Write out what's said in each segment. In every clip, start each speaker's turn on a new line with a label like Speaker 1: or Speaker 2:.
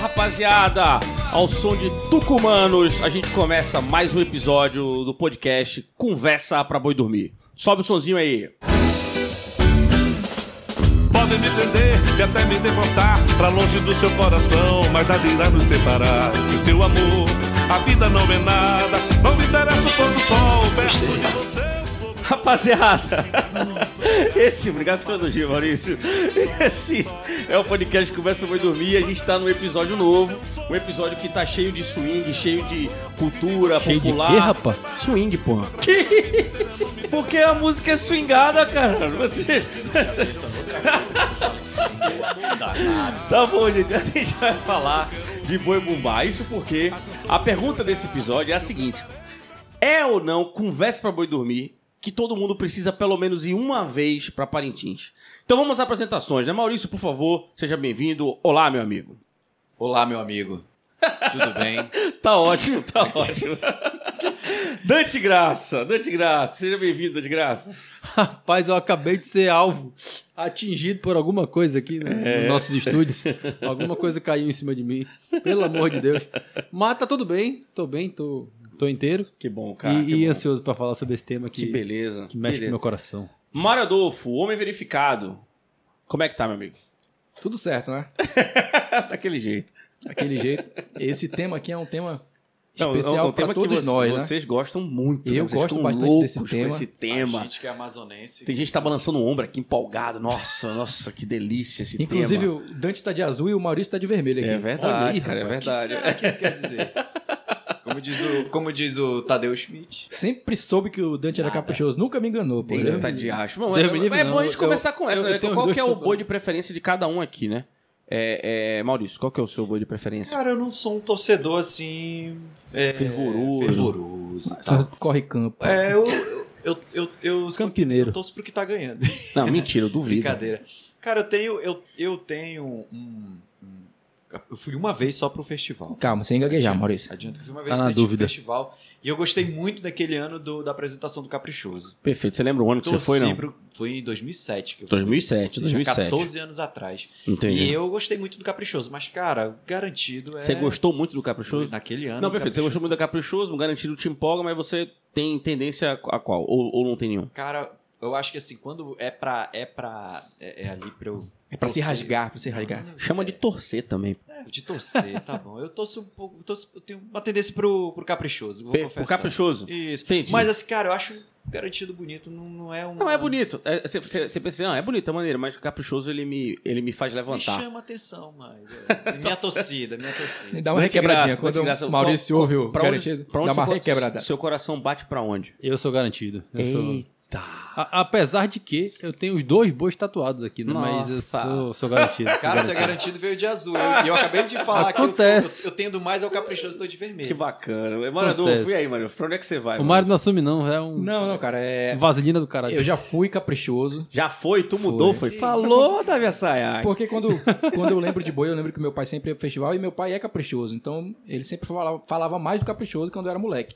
Speaker 1: rapaziada! Ao som de Tucumanos, a gente começa mais um episódio do podcast Conversa pra Boi Dormir. Sobe o sonzinho aí.
Speaker 2: Podem me entender e até me deportar Pra longe do seu coração, mas nada irá nos separar Se seu amor, a vida não é nada Não me interessa o pôr do sol perto de você sou-
Speaker 1: Rapaziada, esse. Obrigado pelo elogio, Maurício. Esse é o podcast Conversa Vai Dormir. A gente tá num episódio novo. Um episódio que tá cheio de swing, cheio de cultura
Speaker 3: Cheio de
Speaker 1: popular.
Speaker 3: quê, rapá?
Speaker 1: Swing, porra. Porque a música é swingada, cara. Você... Tá bom, gente. A gente vai falar de boi bumbá. Isso porque a pergunta desse episódio é a seguinte: é ou não conversa pra boi dormir que todo mundo precisa pelo menos ir uma vez pra Parintins? Então vamos às apresentações, né? Maurício, por favor, seja bem-vindo. Olá, meu amigo.
Speaker 4: Olá, meu amigo. Tudo bem?
Speaker 1: Tá ótimo, tá ótimo. Dante Graça, Dante Graça, seja bem-vindo, Dante Graça.
Speaker 3: Rapaz, eu acabei de ser alvo, atingido por alguma coisa aqui né,
Speaker 1: É.
Speaker 3: nos nossos estúdios. Alguma coisa caiu em cima de mim, pelo amor de Deus. Mas tá tudo bem, tô bem, tô, tô inteiro.
Speaker 1: Que bom, cara.
Speaker 3: e
Speaker 1: que,
Speaker 3: e
Speaker 1: bom.
Speaker 3: ansioso pra falar sobre esse tema
Speaker 1: Que
Speaker 3: que, que,
Speaker 1: beleza.
Speaker 3: mexe
Speaker 1: beleza.
Speaker 3: com meu coração.
Speaker 1: Mário Adolfo, homem verificado. Como é que tá, meu amigo?
Speaker 5: Tudo certo, né?
Speaker 1: Daquele jeito.
Speaker 5: Daquele jeito. Esse tema aqui é um tema
Speaker 1: Não,
Speaker 5: especial
Speaker 1: é um tema
Speaker 5: para
Speaker 1: que
Speaker 5: todos
Speaker 1: você-
Speaker 5: nós, né?
Speaker 1: Vocês gostam muito. né?
Speaker 5: Eu
Speaker 1: Vocês
Speaker 5: gosto
Speaker 1: estão
Speaker 5: bastante
Speaker 1: loucos
Speaker 5: desse
Speaker 1: com
Speaker 5: tema.
Speaker 1: esse tema.
Speaker 4: A gente que é amazonense.
Speaker 1: Tem gente que tá balançando o ombro aqui empolgada. Nossa, nossa, que delícia esse
Speaker 5: Inclusive,
Speaker 1: tema.
Speaker 5: o Dante tá de azul e o Maurício tá de vermelho aqui.
Speaker 1: É verdade,
Speaker 5: Olha aí,
Speaker 1: cara, é
Speaker 5: rapaz.
Speaker 4: O que será que isso quer dizer? Como diz o, como diz o Tadeu Schmidt.
Speaker 5: Sempre soube que o Dante era caprichoso, nunca me enganou, pô.
Speaker 1: Eita, tá
Speaker 5: Eu-
Speaker 1: de acho. Bom, é,
Speaker 3: Deus me livre,
Speaker 1: é
Speaker 3: não.
Speaker 1: bom a gente
Speaker 3: Eu-
Speaker 1: começar com
Speaker 3: eu-
Speaker 1: essa,
Speaker 3: eu
Speaker 1: né?
Speaker 3: tenho
Speaker 1: Qual
Speaker 3: dois
Speaker 1: que é o
Speaker 3: tatuagens.
Speaker 1: boi de preferência de cada um aqui, né? É, é, Maurício, qual que é o seu boi de
Speaker 5: Ah,
Speaker 1: preferência?
Speaker 4: Cara, eu não sou um torcedor assim. é,
Speaker 1: Fervoroso. tá
Speaker 4: Fervoroso. e
Speaker 5: Só
Speaker 4: tal.
Speaker 5: corre campo.
Speaker 4: É, eu. eu- Eu, eu, eu,
Speaker 3: Campineiro.
Speaker 4: eu torço pro que tá ganhando.
Speaker 1: Não, mentira, eu duvido.
Speaker 4: Brincadeira. Cara, eu tenho. Eu, eu tenho um, um- Eu fui uma vez só pro festival.
Speaker 5: Calma, sem gaguejar, Maurício.
Speaker 4: Adianta que eu fui uma vez
Speaker 5: Tá na
Speaker 4: só pro
Speaker 5: dúvida.
Speaker 4: festival. E eu gostei muito daquele ano do- da apresentação do Caprichoso.
Speaker 1: Perfeito. Você lembra o ano que você
Speaker 4: Torci
Speaker 1: foi, não?
Speaker 4: pro- Foi em 2007. Que eu fui.
Speaker 1: 2007,
Speaker 4: Ou seja,
Speaker 1: 2007.
Speaker 4: 14 anos atrás. E
Speaker 1: Entendi.
Speaker 4: eu gostei muito do Caprichoso, mas, cara, garantido é...
Speaker 1: Você gostou muito do Caprichoso?
Speaker 4: Naquele ano.
Speaker 1: Não, perfeito. Você gostou
Speaker 4: Caprichoso-
Speaker 1: muito do Caprichoso, garantido te empolga, mas você tem tendência a qual? Ou, ou não tem nenhum?
Speaker 4: Cara, eu acho que assim, quando é pra... É, pra, é, é ali pra eu...
Speaker 5: É pra se
Speaker 4: torcer.
Speaker 5: rasgar, pra se rasgar.
Speaker 1: Chama de torcer também.
Speaker 4: É, de torcer, tá bom. Eu torço um pouco... eu torço- eu tenho uma tendência pro, pro Caprichoso, vou
Speaker 1: Pe-
Speaker 4: confessar.
Speaker 1: O Caprichoso.
Speaker 4: Isso.
Speaker 1: Entendi.
Speaker 4: Mas, assim, cara, eu acho garantido bonito, não, não é um...
Speaker 1: Não, é bonito. É, Você você- você pensa, ah, é bonito, é maneiro, mas o caprichoso ele me, ele me faz
Speaker 4: Me
Speaker 1: levantar.
Speaker 4: chama atenção, mas... é. minha torcida, minha torcida.
Speaker 5: Ele Dá uma
Speaker 1: Dante
Speaker 5: requebradinha.
Speaker 1: Graça,
Speaker 5: Quando
Speaker 1: Dante Graça,
Speaker 5: o Maurício
Speaker 1: qual-
Speaker 5: ouve o
Speaker 1: pra onde-
Speaker 5: garantido,
Speaker 1: pra onde
Speaker 5: dá uma
Speaker 1: seu-
Speaker 5: requebrada.
Speaker 1: Seu coração bate pra onde?
Speaker 3: Eu sou garantido. Eu sou...
Speaker 1: Eita!
Speaker 3: A- apesar de que eu tenho os dois bois tatuados aqui, né? Mas eu
Speaker 1: Nossa.
Speaker 3: sou, sou garantido. sou
Speaker 4: Cara, tu é
Speaker 3: garantido.
Speaker 4: garantido veio de azul. Eu, e eu acabei de falar
Speaker 3: Acontece.
Speaker 4: que eu, sou- eu, eu tendo mais ao caprichoso e tô de vermelho.
Speaker 1: Que bacana. Maradona,
Speaker 3: Acontece.
Speaker 1: fui aí, Mario. Pra onde é que você vai?
Speaker 3: O Mário
Speaker 1: Maradona?
Speaker 3: não assume, não. É um
Speaker 5: Não, não, cara, é...
Speaker 3: vaselina do caralho.
Speaker 5: Eu já fui caprichoso.
Speaker 1: Já foi, tu mudou, foi. Falou, Davi Assayag.
Speaker 5: Porque quando, quando eu lembro de boi, eu lembro que meu pai sempre ia pro festival e meu pai é caprichoso. Então, ele sempre falava, falava mais do caprichoso quando eu era moleque.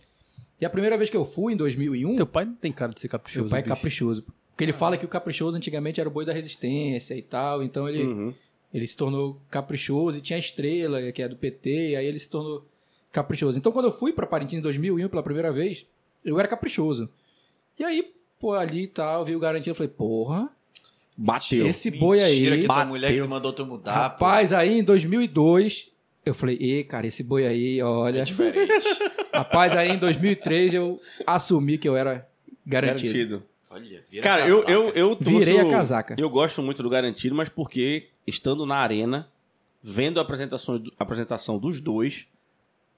Speaker 5: E a primeira vez que eu fui, em 2001,
Speaker 3: Teu pai não tem cara de ser caprichoso.
Speaker 5: meu pai é
Speaker 3: bicho. Ah.
Speaker 5: caprichoso. Porque ele fala que o caprichoso antigamente era o boi da resistência e tal. Então, ele,
Speaker 1: Uhum.
Speaker 5: ele se tornou caprichoso e tinha a estrela, que é do PT. E aí, ele se tornou caprichoso. Então, quando eu fui pra Parintins em 2001 pela primeira vez, eu era caprichoso. E aí, pô, ali e tal, vi o garantido. Eu falei, porra,
Speaker 1: Bateu.
Speaker 5: esse boi aí...
Speaker 4: Mentira que tá tua
Speaker 1: bateu.
Speaker 4: mulher que mandou tu mudar.
Speaker 5: Rapaz, aí em 2002, eu falei, e cara, esse boi aí,
Speaker 4: pô, é
Speaker 5: olha.
Speaker 4: diferente.
Speaker 5: Rapaz, aí em 2003 eu assumi que eu era é garantido.
Speaker 1: Garantido.
Speaker 4: Olha, vira
Speaker 1: Cara, eu,
Speaker 4: é casaca.
Speaker 1: eu, eu torço-
Speaker 5: Virei a casaca.
Speaker 1: Eu gosto muito do garantido, mas porque estando na arena, vendo a apresentação, do- a apresentação dos dois,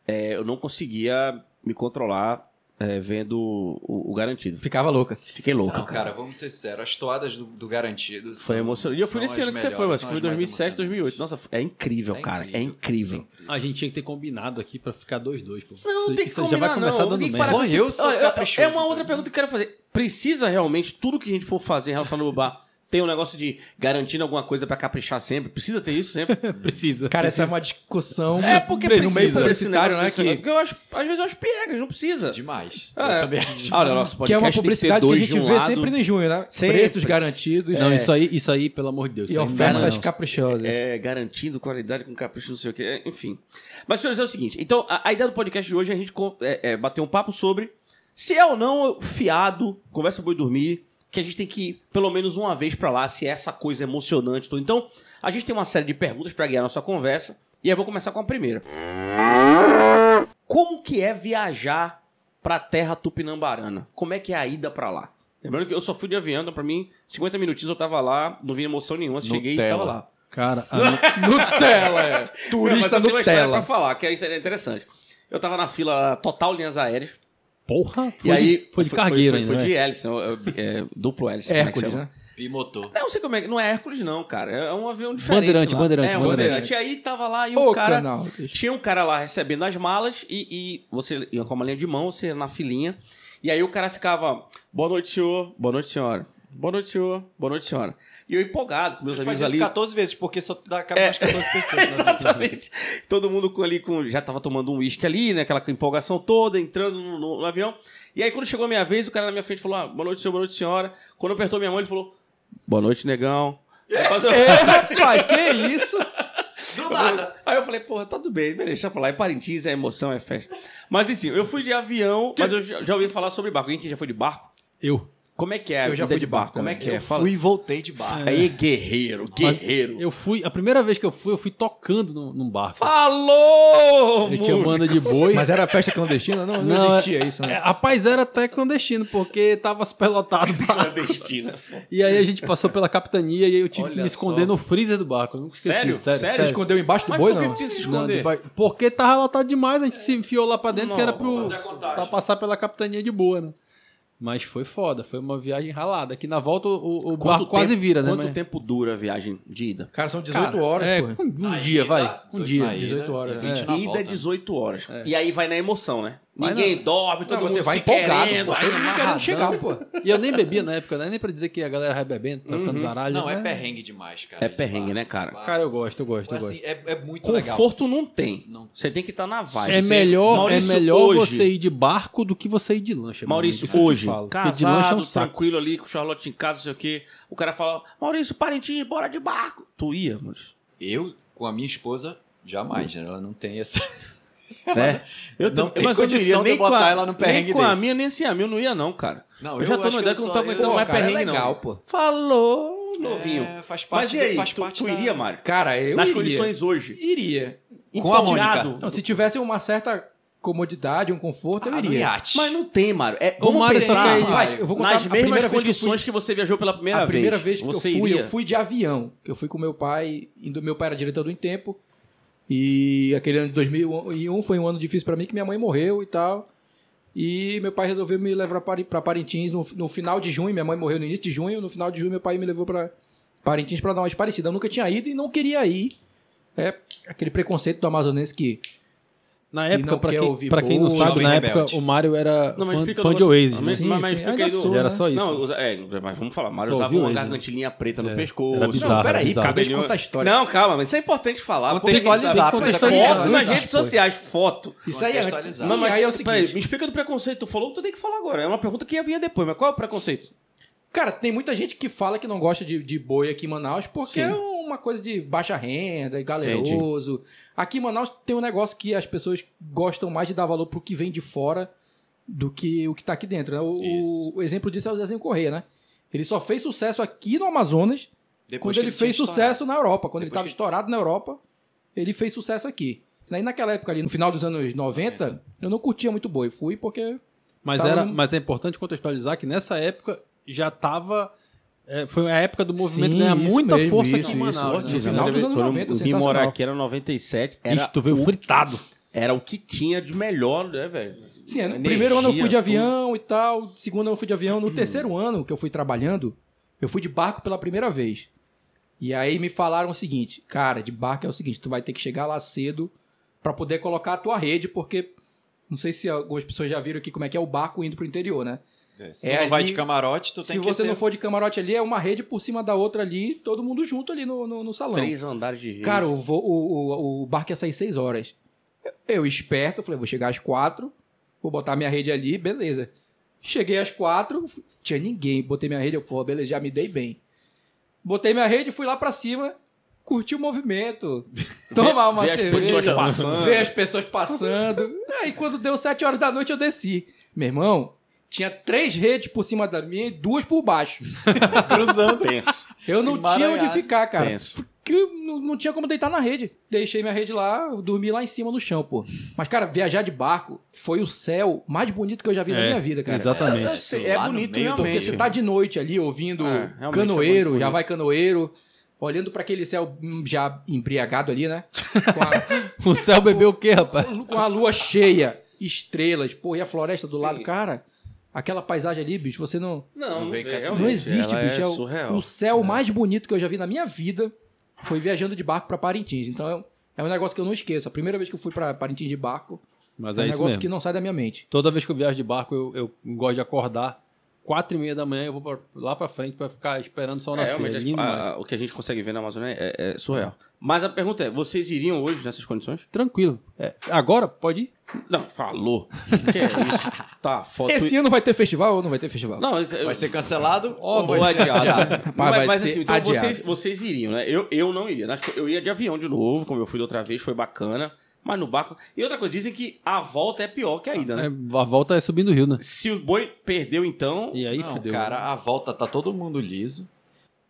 Speaker 1: é, eu não conseguia me controlar é, vendo o, o garantido.
Speaker 5: Ficava louca.
Speaker 1: Fiquei louco,
Speaker 4: Não,
Speaker 1: cara.
Speaker 4: cara, vamos ser sérios. As toadas do, do garantido.
Speaker 1: Foi emocionante. E eu fui nesse ano que você foi, mas foi em 2007, 2008. Nossa, é incrível, cara. É incrível.
Speaker 3: A gente tinha que ter combinado aqui pra ficar dois dois, pô.
Speaker 1: Não,
Speaker 3: Isso-
Speaker 1: tem que
Speaker 3: isso aí já vai
Speaker 1: combinar,
Speaker 3: começar
Speaker 1: não.
Speaker 3: dando
Speaker 1: Tem que
Speaker 3: merda.
Speaker 1: parar com
Speaker 4: Só
Speaker 1: esse-
Speaker 4: eu sou
Speaker 1: Olha, É
Speaker 4: caprichoso,
Speaker 1: uma outra
Speaker 4: tá?
Speaker 1: pergunta que eu quero fazer. Precisa realmente tudo que a gente for fazer em relação ao bar Tem um negócio de garantindo alguma coisa pra caprichar sempre. Precisa ter isso sempre.
Speaker 3: Precisa.
Speaker 5: Cara, essa é uma discussão.
Speaker 1: É porque
Speaker 5: no meio
Speaker 1: precisa desse
Speaker 5: publicitário,
Speaker 1: negócio,
Speaker 5: né?
Speaker 1: desse negócio.
Speaker 5: Que,
Speaker 1: Porque eu acho, às vezes eu acho piegas, não precisa.
Speaker 4: Demais.
Speaker 1: É.
Speaker 4: Eu também acho.
Speaker 1: Olha, nosso podcast
Speaker 5: que é uma
Speaker 1: tem
Speaker 5: publicidade
Speaker 1: que,
Speaker 5: que,
Speaker 1: ter
Speaker 5: a
Speaker 1: dois
Speaker 5: gente
Speaker 1: de um
Speaker 5: vê
Speaker 1: lado.
Speaker 5: sempre em junho, né?
Speaker 1: Sempre.
Speaker 5: Preços garantidos.
Speaker 3: Não,
Speaker 5: é,
Speaker 3: isso aí, isso aí, pelo amor de Deus.
Speaker 5: E
Speaker 3: isso aí não dá,
Speaker 5: ofertas
Speaker 3: não.
Speaker 5: caprichosas.
Speaker 1: É, garantindo qualidade com capricho, não sei o quê, é, enfim. Mas, senhores, é o seguinte: então, a, a ideia do podcast de hoje é a gente co- é, é, bater um papo sobre se é ou não fiado, conversa pro boi dormir, que a gente tem que ir pelo menos uma vez pra lá, se é essa coisa emocionante. Tudo. Então, a gente tem uma série de perguntas pra guiar a nossa conversa, e eu vou começar com a primeira: Como que é viajar pra terra tupinambarana? Como é que é a ida pra lá? Lembrando que eu só fui de avião, então pra mim, 50 minutinhos eu tava lá, não vi emoção nenhuma, cheguei e tava
Speaker 4: Nutella.
Speaker 1: lá.
Speaker 3: Cara, a
Speaker 5: Nutella, é. Turista
Speaker 1: Não, mas eu tenho uma história pra
Speaker 5: Nutella.
Speaker 1: falar, que é inter- interessante. Eu tava na fila total linhas aéreas.
Speaker 3: porra. Foi,
Speaker 1: e aí,
Speaker 3: de, foi de cargueiro
Speaker 1: foi,
Speaker 3: ainda.
Speaker 1: Foi
Speaker 3: né?
Speaker 1: de hélice, é, é, duplo hélice. como é que
Speaker 5: Hércules,
Speaker 1: chama?
Speaker 5: né?
Speaker 4: Pimotor.
Speaker 1: Não sei como é que. Não é Hércules, não, cara. É um avião diferente.
Speaker 3: Bandeirante,
Speaker 1: lá.
Speaker 3: bandeirante,
Speaker 1: É, um bandeirante.
Speaker 3: bandeirante.
Speaker 1: E aí tava lá e o
Speaker 5: Ô,
Speaker 1: cara.
Speaker 5: canal.
Speaker 1: Tinha um cara lá recebendo as malas e, e você ia com uma linha de mão, você ia na filinha. E aí o cara ficava, boa noite, senhor, boa noite, senhora. Boa noite, senhor, boa noite, senhora. E eu empolgado com meus
Speaker 4: Faz
Speaker 1: amigos
Speaker 4: isso
Speaker 1: ali. É.
Speaker 4: 14 vezes, porque só dá cabe mais 14 pessoas. né?
Speaker 1: Exatamente. Todo mundo com- ali com, já tava tomando um uísque ali, né? Aquela empolgação toda, entrando no, no- no avião. E aí, quando chegou a minha vez, o cara na minha frente falou: ah, boa noite, senhor, boa noite, senhora. Quando apertou minha mão, ele falou: boa noite, negão.
Speaker 5: É.
Speaker 1: Aí, faz-
Speaker 5: Rapaz, que isso?
Speaker 4: Do nada.
Speaker 1: Aí eu falei, porra, tá tudo bem, beleza, deixa pra lá. É Parintins, é emoção, é festa. Mas assim, eu fui de avião, mas eu já já ouvi falar sobre barco. Alguém que já foi de barco?
Speaker 3: Eu.
Speaker 1: Como é que é? a
Speaker 5: Eu já
Speaker 1: vida
Speaker 5: fui de barco né?
Speaker 1: Como é
Speaker 5: também.
Speaker 1: que é?
Speaker 4: eu
Speaker 1: Fala.
Speaker 4: fui e voltei de barra.
Speaker 1: Aí, guerreiro,
Speaker 3: Mas
Speaker 1: guerreiro.
Speaker 3: Eu fui. A primeira vez que eu fui, eu fui tocando no, num barco.
Speaker 1: Falou!
Speaker 3: Eu tinha
Speaker 1: músico!
Speaker 3: banda de boi.
Speaker 5: Mas era festa clandestina? Não, não,
Speaker 3: Não,
Speaker 5: existia isso,
Speaker 3: É,
Speaker 5: né?
Speaker 3: Rapaz, era até clandestino, porque tava pelotado o barco.
Speaker 1: Clandestina.
Speaker 3: E aí a gente passou pela capitania e aí eu tive que
Speaker 1: é Olha
Speaker 3: me esconder
Speaker 1: só.
Speaker 3: no freezer do barco. Eu nunca esqueci,
Speaker 1: Sério?
Speaker 3: sério?
Speaker 1: Sério?
Speaker 5: Se escondeu embaixo do
Speaker 1: É, Mas
Speaker 5: boi,
Speaker 1: por que
Speaker 5: não?
Speaker 1: que tinha que se
Speaker 3: Não,
Speaker 1: esconder?
Speaker 3: do barco. porque tava lotado demais, a gente se enfiou lá pra dentro que era pro,
Speaker 1: Nossa.
Speaker 4: contagem.
Speaker 3: pra passar pela capitania de boa, né? Mas foi foda, foi uma viagem ralada. Que na volta o, o
Speaker 1: Quanto
Speaker 3: barco quase
Speaker 1: tempo-
Speaker 3: vira, né?
Speaker 1: Quanto
Speaker 3: Mas-
Speaker 1: tempo dura a viagem de ida?
Speaker 5: Cara, são 18
Speaker 3: Cara,
Speaker 5: horas,
Speaker 3: é,
Speaker 5: porra.
Speaker 3: Um, um
Speaker 4: Aí,
Speaker 3: dia, vai.
Speaker 1: tá?
Speaker 4: dá
Speaker 3: Um
Speaker 4: 18
Speaker 3: dia.
Speaker 4: aí, né?
Speaker 5: 18 horas,
Speaker 4: E
Speaker 5: né?
Speaker 4: 20
Speaker 1: Ida
Speaker 4: na
Speaker 1: é
Speaker 4: volta.
Speaker 1: 18 horas. E aí vai na emoção, né? Ninguém dorme, todo
Speaker 5: Não,
Speaker 1: mundo
Speaker 5: você vai
Speaker 1: se
Speaker 5: empolgado,
Speaker 1: querendo.
Speaker 5: pô.
Speaker 1: aí
Speaker 5: Todo mundo
Speaker 1: amarradão.
Speaker 5: querendo chegar, pô.
Speaker 3: E eu nem bebia na época, né? Nem pra dizer que a galera vai bebendo,
Speaker 1: Uhum.
Speaker 3: tocando zaralho.
Speaker 4: Não, é
Speaker 3: né?
Speaker 4: perrengue demais, cara.
Speaker 1: É
Speaker 4: de
Speaker 1: perrengue,
Speaker 4: barra.
Speaker 1: né, cara?
Speaker 4: Barra.
Speaker 3: Cara, eu gosto, eu gosto, eu
Speaker 4: Assim,
Speaker 3: gosto.
Speaker 4: é, é muito legal.
Speaker 1: Conforto não tem.
Speaker 4: Não.
Speaker 1: Você tem que estar na vibe.
Speaker 3: É
Speaker 1: Você-
Speaker 3: melhor,
Speaker 1: Maurício,
Speaker 3: é melhor
Speaker 1: hoje,
Speaker 3: você ir de barco do que você ir de lancha. meu
Speaker 1: Maurício,
Speaker 3: amigo, isso
Speaker 1: hoje,
Speaker 3: eu te falo. Porque de lancha é
Speaker 1: casado,
Speaker 3: um saco.
Speaker 1: tranquilo ali, com o Charlotte em casa, não sei o quê. O cara fala, Maurício, Parintins, bora de barco. Tu ia, Maurício.
Speaker 4: Eu, com a minha esposa, jamais. né? Ela não tem essa.
Speaker 1: É. Eu
Speaker 4: Não
Speaker 1: tô-
Speaker 4: tem
Speaker 1: mas eu
Speaker 4: condição
Speaker 1: diria,
Speaker 4: de
Speaker 1: nem
Speaker 4: botar
Speaker 1: com a-
Speaker 4: ela num perrengue
Speaker 1: Nem com a
Speaker 4: desse.
Speaker 1: minha, nem sem a minha, eu não ia não, cara.
Speaker 4: Não,
Speaker 1: eu, já tô numa
Speaker 4: acho que
Speaker 1: ideia que eu não tô
Speaker 4: só-
Speaker 1: aguentando
Speaker 4: eu-
Speaker 1: mais
Speaker 5: cara, é
Speaker 1: perrengue
Speaker 5: legal,
Speaker 1: não.
Speaker 5: pô.
Speaker 1: Falou, novinho.
Speaker 4: É, faz parte
Speaker 1: Mas e
Speaker 4: do-
Speaker 1: aí,
Speaker 4: faz
Speaker 1: tu,
Speaker 4: parte
Speaker 1: tu
Speaker 4: da-
Speaker 1: iria, Mário?
Speaker 5: Cara, eu
Speaker 1: Nas
Speaker 5: iria.
Speaker 1: condições hoje.
Speaker 5: Iria.
Speaker 4: Com a
Speaker 1: Entediado.
Speaker 4: Mônica.
Speaker 5: Então, se tivesse uma certa comodidade, um conforto, eu
Speaker 4: Ah, no
Speaker 5: iria.
Speaker 4: iate.
Speaker 1: Mas não tem, Mário. É,
Speaker 3: Ô,
Speaker 1: vamos
Speaker 3: Mário,
Speaker 1: pensar
Speaker 3: só que aí-
Speaker 5: Rapaz, eu vou contar
Speaker 1: nas
Speaker 5: a
Speaker 1: mesmas
Speaker 5: primeira vez que eu
Speaker 1: condições que, você viajou pela primeira
Speaker 5: a primeira
Speaker 1: vez.
Speaker 5: vez que
Speaker 1: você
Speaker 5: eu fui,
Speaker 1: iria?
Speaker 5: eu fui de avião. Eu fui com meu pai, indo meu pai era diretor do Em Tempo. E aquele ano de 2001 foi um ano difícil pra mim, que minha mãe morreu e tal. E meu pai resolveu me levar para pra Parintins no, no final de junho. Minha mãe morreu no início de junho. No final de junho, meu pai me levou pra Parintins pra dar uma esparecida. Eu nunca tinha ido e não queria ir. É aquele preconceito do amazonense que
Speaker 3: Na
Speaker 5: que
Speaker 3: época,
Speaker 5: não
Speaker 3: pra
Speaker 5: quer
Speaker 3: quem,
Speaker 5: ouvir
Speaker 3: pra quem não
Speaker 5: boa,
Speaker 3: sabe,
Speaker 4: jovem
Speaker 3: na
Speaker 4: rebelde.
Speaker 3: época o Mário era
Speaker 1: Não, mas
Speaker 3: fã,
Speaker 1: explica o
Speaker 3: fã de
Speaker 1: negócio.
Speaker 3: Oasis, né?
Speaker 1: Mas-
Speaker 5: Sim,
Speaker 1: mas
Speaker 5: sim,
Speaker 1: explica
Speaker 5: ainda
Speaker 1: aí do-
Speaker 5: sou,
Speaker 3: Ele era
Speaker 5: né?
Speaker 3: só isso.
Speaker 1: Não, usa- é, mas vamos falar. Mário
Speaker 3: Só
Speaker 1: usava
Speaker 3: ouviu
Speaker 1: uma
Speaker 3: hoje, né?
Speaker 1: gargantilinha preta no
Speaker 3: É,
Speaker 1: pescoço.
Speaker 3: era bizarro,
Speaker 1: não, peraí,
Speaker 3: era bizarro.
Speaker 1: cara, deixa eu
Speaker 5: Deixa eu contar a história.
Speaker 1: Não, calma, mas isso é importante falar. porque
Speaker 4: Contextualizar,
Speaker 1: tem que
Speaker 4: pô,
Speaker 1: contextualizar.
Speaker 4: isso é
Speaker 1: Foto nas
Speaker 3: importante.
Speaker 1: redes sociais, foto.
Speaker 5: Isso aí é antes.
Speaker 4: Contextualizar.
Speaker 5: Sim,
Speaker 1: Não, mas
Speaker 5: aí é o
Speaker 1: peraí,
Speaker 5: seguinte.
Speaker 1: me explica do preconceito. Tu falou, tu tem que falar agora. É uma pergunta que ia vir depois, mas qual é o preconceito?
Speaker 5: Cara, tem muita gente que fala que não gosta de, de boi aqui em Manaus porque é uma coisa de baixa renda, e galeroso. Aqui em Manaus tem um negócio que as pessoas gostam mais de dar valor pro que vem de fora do que o que tá aqui dentro. Né? O,
Speaker 4: Isso.
Speaker 5: o exemplo disso é o Zezinho Corrêa, né? Ele só fez sucesso aqui no Amazonas
Speaker 4: Depois
Speaker 5: quando
Speaker 4: que
Speaker 5: ele fez
Speaker 4: tinha
Speaker 5: sucesso na Europa. Quando ele estava
Speaker 4: Depois que-
Speaker 5: estourado na Europa, ele fez sucesso aqui. Aí naquela época ali, no final dos anos 90, eu não curtia muito boi. Fui porque
Speaker 3: Mas,
Speaker 5: Tava
Speaker 3: era,
Speaker 5: num-
Speaker 3: mas é importante contextualizar que nessa época já tava. é, foi a época do movimento
Speaker 5: Sim,
Speaker 3: ganhar
Speaker 5: isso
Speaker 3: muita
Speaker 5: mesmo,
Speaker 3: força
Speaker 5: isso,
Speaker 3: aqui em
Speaker 5: isso,
Speaker 3: Manaus.
Speaker 5: ótimo.
Speaker 3: né?
Speaker 5: No final dos anos 90,
Speaker 1: Quando eu vim morar
Speaker 5: sensacional.
Speaker 1: aqui era 97. Era,
Speaker 3: Bicho, tu veio
Speaker 1: o,
Speaker 3: fritado.
Speaker 1: era o que tinha de melhor, né, velho?
Speaker 5: Sim, é no
Speaker 1: Energia,
Speaker 5: primeiro ano eu fui de
Speaker 1: tudo.
Speaker 5: avião e tal, segundo ano eu fui de avião, no terceiro ano que eu fui trabalhando, eu fui de barco pela primeira vez. E aí me falaram o seguinte, cara, de barco é o seguinte, tu vai ter que chegar lá cedo pra poder colocar a tua rede, porque não sei se algumas pessoas já viram aqui como é que é o barco indo pro interior, né?
Speaker 4: estourado. É, se
Speaker 5: É
Speaker 4: tu não vai
Speaker 5: ali-
Speaker 4: de camarote, tu
Speaker 5: Se
Speaker 4: tem que
Speaker 5: você
Speaker 4: ter-
Speaker 5: não for de camarote ali, é uma rede por cima da outra ali, todo mundo junto ali no, no, no salão.
Speaker 1: Três andares de rede.
Speaker 5: Cara, o, vo- o, o, o barco ia sair 6 horas. Eu, eu esperto, falei, vou chegar às 4, vou botar minha rede ali, beleza. Cheguei às 4, tinha ninguém, botei minha rede, eu falei, beleza, já me dei bem. Botei minha rede, fui lá pra cima, curti o movimento, tomar uma
Speaker 1: Ver as
Speaker 5: cerveja,
Speaker 1: pessoas passando.
Speaker 5: ver as pessoas passando. Aí quando deu 7 horas da noite eu desci. Meu irmão, tinha três redes por cima da minha e duas por baixo.
Speaker 1: cruzando. Tenso.
Speaker 5: Eu não tinha onde
Speaker 4: Emaranhado.
Speaker 5: ficar, cara
Speaker 1: Tenso.
Speaker 5: que eu não, não tinha como deitar na rede. Deixei minha rede lá, eu dormi lá em cima no chão, pô. Mas, cara, viajar de barco foi o céu mais bonito que eu já vi na
Speaker 3: É,
Speaker 5: minha vida, cara.
Speaker 1: Eu
Speaker 3: Exatamente.
Speaker 1: sei, É
Speaker 4: Lá no
Speaker 1: bonito,
Speaker 4: meio do-
Speaker 1: realmente.
Speaker 5: Porque você tá de noite ali ouvindo
Speaker 1: É, realmente é
Speaker 5: canoeiro,
Speaker 1: muito
Speaker 5: já
Speaker 1: bonito.
Speaker 5: vai canoeiro, olhando pra aquele céu hum, já embriagado ali, né? Com
Speaker 3: O céu bebeu o quê, rapaz?
Speaker 5: a, com a lua cheia, estrelas, pô, e a floresta do
Speaker 1: Sim.
Speaker 5: lado, cara. Aquela paisagem ali, bicho, você não. é
Speaker 1: Não,
Speaker 4: Não vem cá,
Speaker 5: Não existe, bicho. É o-
Speaker 1: surreal.
Speaker 5: o céu mais bonito que eu já vi na minha vida foi viajando de barco pra Parintins. Então é um, é um negócio que eu não esqueço. A primeira vez que eu fui pra Parintins de barco,
Speaker 3: Mas
Speaker 5: é
Speaker 3: é
Speaker 5: um
Speaker 3: isso
Speaker 5: negócio
Speaker 3: mesmo.
Speaker 5: que não sai da minha mente.
Speaker 3: Toda vez que eu viajo de barco, eu, eu gosto de acordar. Quatro e meia da manhã eu vou pra- lá pra frente pra ficar esperando o sol
Speaker 1: É,
Speaker 3: nascer.
Speaker 1: realmente,
Speaker 3: É
Speaker 1: as-
Speaker 3: lindo,
Speaker 1: a-
Speaker 3: mano.
Speaker 1: a- o que a gente consegue ver na Amazônia é, é surreal. Mas a pergunta é: vocês iriam hoje nessas condições?
Speaker 3: Tranquilo. É, agora, pode ir?
Speaker 1: Não, falou. que é isso? Tá, foto.
Speaker 5: Esse ano vai ter festival ou não vai ter festival?
Speaker 1: Não, esse-
Speaker 4: Vai ser cancelado
Speaker 1: tá- Ó,
Speaker 4: ou vai
Speaker 1: boa,
Speaker 4: ser é adiado?
Speaker 1: Mas,
Speaker 5: Rapaz, vai
Speaker 1: mas
Speaker 5: ser
Speaker 1: assim, então
Speaker 5: adiado.
Speaker 1: vocês, vocês iriam, né? Eu, eu não iria. Nas- Eu ia de avião de novo, como eu fui da outra vez, foi bacana. Mas no barco. E outra coisa, dizem que a volta é pior que a ida,
Speaker 3: É,
Speaker 1: né?
Speaker 3: a volta é subindo o rio, né?
Speaker 1: Se o boi perdeu, então.
Speaker 3: E é aí,
Speaker 4: não,
Speaker 3: fudeu.
Speaker 4: cara, a volta tá todo mundo liso,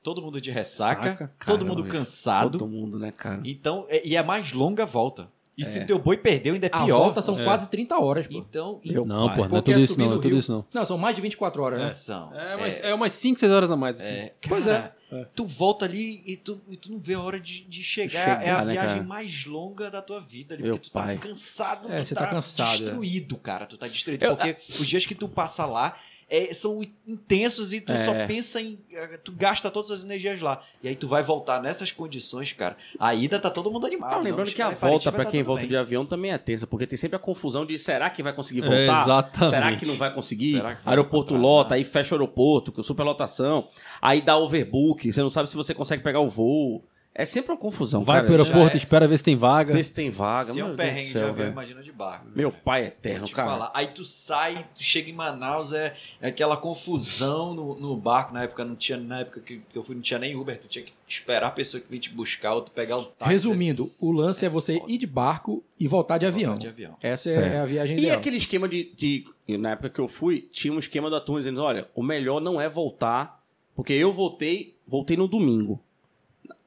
Speaker 4: todo mundo de ressaca,
Speaker 3: Saca?
Speaker 4: todo
Speaker 1: Caramba,
Speaker 4: mundo
Speaker 1: bicho.
Speaker 4: cansado.
Speaker 1: Todo mundo, né, cara?
Speaker 4: Então, é- e é mais longa a volta. E
Speaker 1: É.
Speaker 4: se teu boi perdeu, ainda é
Speaker 5: A
Speaker 4: pior.
Speaker 5: volta são quase 30 horas, pô.
Speaker 4: Então,
Speaker 3: Eu, não,
Speaker 4: pai.
Speaker 3: pô, não é
Speaker 5: Porque
Speaker 3: tudo
Speaker 5: é
Speaker 3: isso
Speaker 5: subir
Speaker 3: não, não
Speaker 5: no
Speaker 3: é tudo
Speaker 5: rio.
Speaker 3: isso não.
Speaker 5: Não, são mais de 24 horas, né?
Speaker 4: São.
Speaker 3: É, mas é, umas 5, 6 horas a mais, assim.
Speaker 4: é,
Speaker 5: Pois
Speaker 4: cara, Tu volta ali e tu, e tu não vê a hora de, de chegar. É a
Speaker 1: Chegar, né,
Speaker 4: viagem
Speaker 1: cara?
Speaker 4: mais longa da tua vida. Ali,
Speaker 1: Meu
Speaker 4: porque tu
Speaker 1: pai.
Speaker 4: tá cansado.
Speaker 5: É,
Speaker 4: tu
Speaker 5: você tá cansado, é.
Speaker 4: Destruído, cara. Tu tá destruído.
Speaker 1: Eu-
Speaker 4: porque os dias que tu passa lá é, são intensos e tu só
Speaker 1: É.
Speaker 4: pensa em. eh, Tu gasta todas as energias lá. E aí tu vai voltar nessas condições, cara. A ida tá todo mundo animado.
Speaker 1: Ah, lembrando
Speaker 4: os
Speaker 1: que a
Speaker 4: caras em Parintins
Speaker 1: volta
Speaker 4: vai
Speaker 1: pra
Speaker 4: tá
Speaker 1: quem
Speaker 4: tudo
Speaker 1: volta
Speaker 4: bem.
Speaker 1: de avião também é tensa, porque tem sempre a confusão de será que vai conseguir
Speaker 3: É,
Speaker 1: voltar?
Speaker 3: exatamente.
Speaker 1: Será que não vai conseguir?
Speaker 4: Será que vai
Speaker 1: aeroporto
Speaker 4: atrasar?
Speaker 1: lota, aí fecha o aeroporto, com superlotação, aí dá overbook, você não sabe se você consegue pegar o voo. É sempre uma confusão.
Speaker 3: Vai
Speaker 1: cara.
Speaker 3: pro aeroporto,
Speaker 4: é-
Speaker 3: espera ver se tem vaga.
Speaker 1: Vê se tem vaga.
Speaker 4: Se é
Speaker 1: Meu
Speaker 4: um
Speaker 1: Deus do céu,
Speaker 4: perrengue de avião,
Speaker 1: velho.
Speaker 4: imagina de barco.
Speaker 1: Meu pai
Speaker 4: Vou
Speaker 1: eterno,
Speaker 4: te
Speaker 1: cara.
Speaker 4: falar. Aí tu sai, tu chega em Manaus, é, é aquela confusão no, no barco. Na época não tinha, na época que, que eu fui, não tinha nem Uber, tu tinha que esperar a pessoa que vinha te buscar ou tu pegar um táxi.
Speaker 5: Resumindo, o lance é você ir de barco e voltar de
Speaker 4: voltar
Speaker 5: avião.
Speaker 4: de avião.
Speaker 5: Essa
Speaker 1: Certo.
Speaker 5: é a viagem
Speaker 1: E
Speaker 5: ideal.
Speaker 1: aquele esquema de, de- Na época que eu fui, tinha um esquema da turma dizendo: olha, o melhor não é voltar, porque eu voltei, voltei no domingo.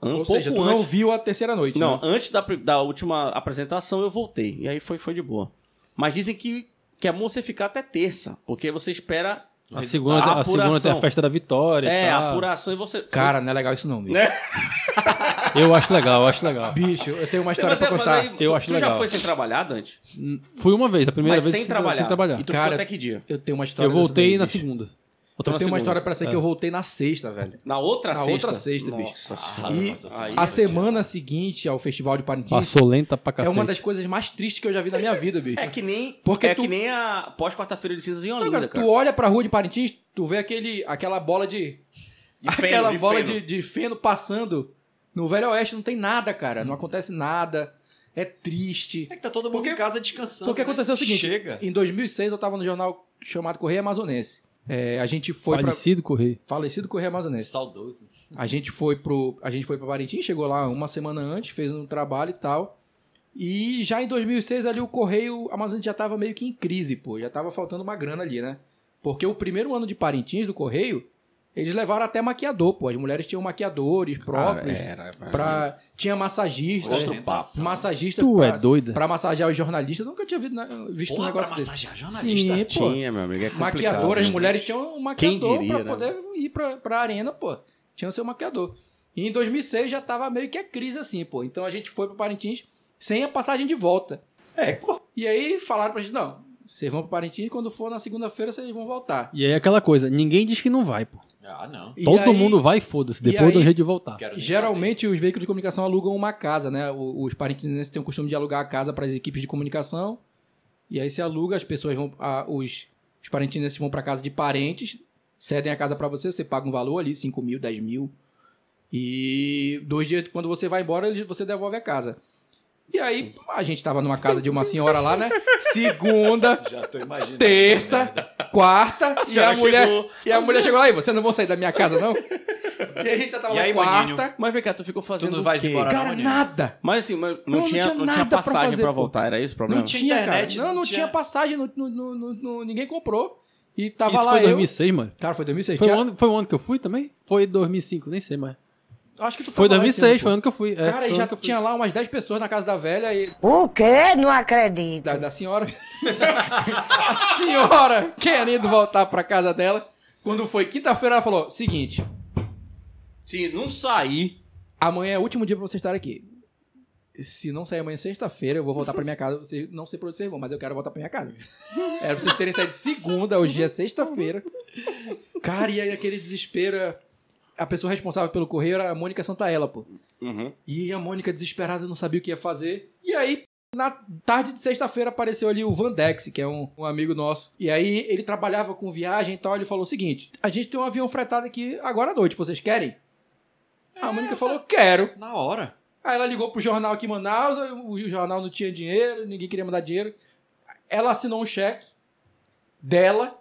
Speaker 1: Um
Speaker 5: Ou
Speaker 1: pouco
Speaker 5: seja, tu
Speaker 1: antes.
Speaker 5: não viu a terceira noite,
Speaker 1: Não,
Speaker 5: né?
Speaker 1: antes da, pri- da última apresentação eu voltei. E aí foi, foi de boa. Mas dizem que, que é bom você ficar até terça. Porque você espera.
Speaker 3: A segunda, a,
Speaker 1: A
Speaker 3: segunda tem a
Speaker 1: apuração.
Speaker 3: festa da vitória. e
Speaker 1: É, a
Speaker 3: tal.
Speaker 1: apuração e você.
Speaker 5: Cara, não é legal isso não, bicho.
Speaker 3: Eu acho legal, eu acho legal.
Speaker 5: Bicho, eu tenho uma
Speaker 1: Mas
Speaker 5: história pra
Speaker 1: é- mas
Speaker 5: contar.
Speaker 1: aí,
Speaker 3: Eu
Speaker 1: tu,
Speaker 3: acho
Speaker 1: tu já
Speaker 3: legal.
Speaker 1: foi sem trabalhar, Dante?
Speaker 3: Fui uma vez, a primeira
Speaker 1: mas
Speaker 3: vez
Speaker 1: sem,
Speaker 3: sem
Speaker 1: trabalhar.
Speaker 3: Sem trabalhar.
Speaker 1: E tu
Speaker 5: Cara,
Speaker 1: ficou até que dia?
Speaker 5: Eu tenho uma história
Speaker 3: Eu
Speaker 5: dessa
Speaker 3: voltei
Speaker 5: daí,
Speaker 3: na
Speaker 5: bicho.
Speaker 3: segunda.
Speaker 5: Eu
Speaker 1: na
Speaker 5: tenho uma
Speaker 1: segunda.
Speaker 5: história pra ser que eu voltei na sexta, velho.
Speaker 1: Na outra
Speaker 5: Na
Speaker 1: sexta?
Speaker 5: outra sexta, bicho.
Speaker 1: Nossa
Speaker 4: Ah,
Speaker 1: senhora.
Speaker 5: E
Speaker 4: nossa senhora.
Speaker 1: aí,
Speaker 5: a semana seguinte ao Festival de Parintins
Speaker 3: Passou lenta pra
Speaker 5: é
Speaker 3: cacete.
Speaker 5: uma das coisas mais tristes que eu já vi na minha vida, bicho.
Speaker 1: É que nem.
Speaker 5: Porque
Speaker 1: é
Speaker 5: tu-
Speaker 1: que nem a pós-quarta-feira de cinzas em
Speaker 5: Não,
Speaker 1: Olinda,
Speaker 5: cara,
Speaker 1: cara.
Speaker 5: tu olha pra rua de Parintins, tu vê aquele, aquela bola de.
Speaker 1: E feno,
Speaker 5: aquela
Speaker 1: e
Speaker 5: bola
Speaker 1: feno.
Speaker 5: De, de feno passando. No Velho Oeste não tem nada, cara.
Speaker 1: Hum.
Speaker 5: Não acontece nada. É triste.
Speaker 4: É que tá todo mundo
Speaker 5: Porque-
Speaker 4: em casa descansando.
Speaker 5: porque
Speaker 4: né?
Speaker 5: aconteceu o seguinte,
Speaker 4: Chega.
Speaker 5: Em 2006 eu tava no jornal chamado Correio Amazonense. É, a gente foi pra.
Speaker 3: Falecido correio.
Speaker 5: Falecido Correio Amazonense.
Speaker 4: É Saudoso.
Speaker 5: A gente foi pro, a gente foi para Parintins, chegou lá uma semana antes, fez um trabalho e tal. E já em 2006 ali o correio amazônico já tava meio que em crise, pô, já tava faltando uma grana ali, né? Porque o primeiro ano de Parintins do correio, eles levaram até maquiador, pô, as mulheres tinham maquiadores
Speaker 3: Ah,
Speaker 5: próprios,
Speaker 3: é.
Speaker 5: pra, tinha massagista,
Speaker 4: Outro papo.
Speaker 5: massagista
Speaker 3: Tu
Speaker 5: pra,
Speaker 3: é doida.
Speaker 5: pra massagear os jornalistas, eu nunca tinha visto, né, visto um
Speaker 4: Porra, pra
Speaker 5: negócio desse.
Speaker 4: massagear jornalista.
Speaker 5: Sim, pô.
Speaker 1: Tinha, meu amigo. É complicado,
Speaker 5: Maquiador, as
Speaker 1: né?
Speaker 5: mulheres tinham um maquiador
Speaker 1: diria,
Speaker 5: pra
Speaker 1: né?
Speaker 5: poder ir pra, pra arena, pô. Tinha seu maquiador. E em 2006 já tava meio que a crise assim, pô. Então a gente foi pro Parintins sem a passagem de volta.
Speaker 4: É, pô.
Speaker 5: E aí falaram pra gente, não, vocês vão pro Parintins quando for na segunda-feira vocês vão voltar.
Speaker 3: E aí aquela coisa, ninguém diz que não vai, pô.
Speaker 4: Ah, não.
Speaker 5: E
Speaker 3: Todo
Speaker 5: aí,
Speaker 3: mundo vai e foda-se.
Speaker 5: e
Speaker 3: Depois dá um
Speaker 5: aí-
Speaker 3: jeito de voltar.
Speaker 4: Quero nem
Speaker 5: Geralmente os veículos de comunicação alugam uma casa, né? O- Os parintinenses têm o costume de alugar a casa para as equipes de comunicação. E aí se aluga, as pessoas vão. a- os, os Os parentinenses vão para casa de parentes, cedem a casa para você, você paga um valor ali, 5 mil, 10 mil. E dois dias, quando você vai embora, eles- você devolve a casa. E aí, a gente tava numa casa de uma senhora lá, né? Segunda,
Speaker 4: Já tô imaginando.
Speaker 5: terça, quarta, e a
Speaker 1: senhora
Speaker 5: mulher.
Speaker 1: chegou.
Speaker 5: E a mulher chegou lá, e você não vão sair da minha casa, não? E a gente já tava
Speaker 4: E
Speaker 5: lá
Speaker 4: aí,
Speaker 5: quarta.
Speaker 4: maninho?
Speaker 1: Mas vem cá, tu ficou fazendo
Speaker 4: não
Speaker 1: o
Speaker 4: vais
Speaker 1: quê?
Speaker 4: embora,
Speaker 5: Cara,
Speaker 4: Maninho?
Speaker 5: nada.
Speaker 1: Mas assim, mas
Speaker 5: Não,
Speaker 1: não,
Speaker 5: não
Speaker 1: tinha,
Speaker 5: tinha
Speaker 1: não
Speaker 5: nada
Speaker 1: tinha
Speaker 5: pra
Speaker 1: passagem pra,
Speaker 5: fazer, pô.
Speaker 1: voltar, era esse o problema?
Speaker 5: Não tinha,
Speaker 4: internet,
Speaker 5: cara. Não,
Speaker 4: não
Speaker 5: não
Speaker 4: tinha-
Speaker 5: tinha, passagem, no, no- no- no- no- ninguém comprou. E tava
Speaker 3: Isso
Speaker 5: lá
Speaker 3: foi em
Speaker 5: eu-
Speaker 3: 2006, mano.
Speaker 5: Cara, foi 2006.
Speaker 3: Foi o,
Speaker 5: Tinha-
Speaker 3: ano, foi o ano que eu fui também? Foi 2005, nem sei mais.
Speaker 5: Acho que tu
Speaker 3: Foi
Speaker 5: tava lá esse ano,
Speaker 3: 2006, foi o
Speaker 5: pô.
Speaker 3: ano que eu fui.
Speaker 5: Cara,
Speaker 3: é, foi
Speaker 5: e
Speaker 3: o
Speaker 5: já
Speaker 3: ano que eu fui.
Speaker 5: tinha lá umas 10 pessoas na casa da velha e
Speaker 6: O quê? Não acredito.
Speaker 5: da, da senhora. a senhora querendo voltar pra casa dela. Quando foi quinta-feira, ela falou: seguinte,
Speaker 1: Se não sair,
Speaker 5: amanhã é o último dia pra vocês estarem aqui. Se não sair amanhã sexta-feira, eu vou voltar pra minha casa. Vocês não sei pra onde vocês vão, mas eu quero voltar pra minha casa. Era pra vocês terem saído segunda, hoje é sexta-feira. Cara, e aí aquele desespero. A pessoa responsável pelo correio era a Mônica Santaella, pô.
Speaker 1: uhum.
Speaker 5: E a Mônica, desesperada, não sabia o que ia fazer. E aí, na tarde de sexta-feira, apareceu ali o Vandex, que é um, um amigo nosso. E aí, ele trabalhava com viagem e tal. Ele falou o seguinte: a gente tem um avião fretado aqui agora à noite, vocês querem? A Mônica falou: quero.
Speaker 4: Na hora.
Speaker 5: Aí ela ligou pro jornal aqui em Manaus, o jornal não tinha dinheiro, ninguém queria mandar dinheiro. Ela assinou um cheque dela,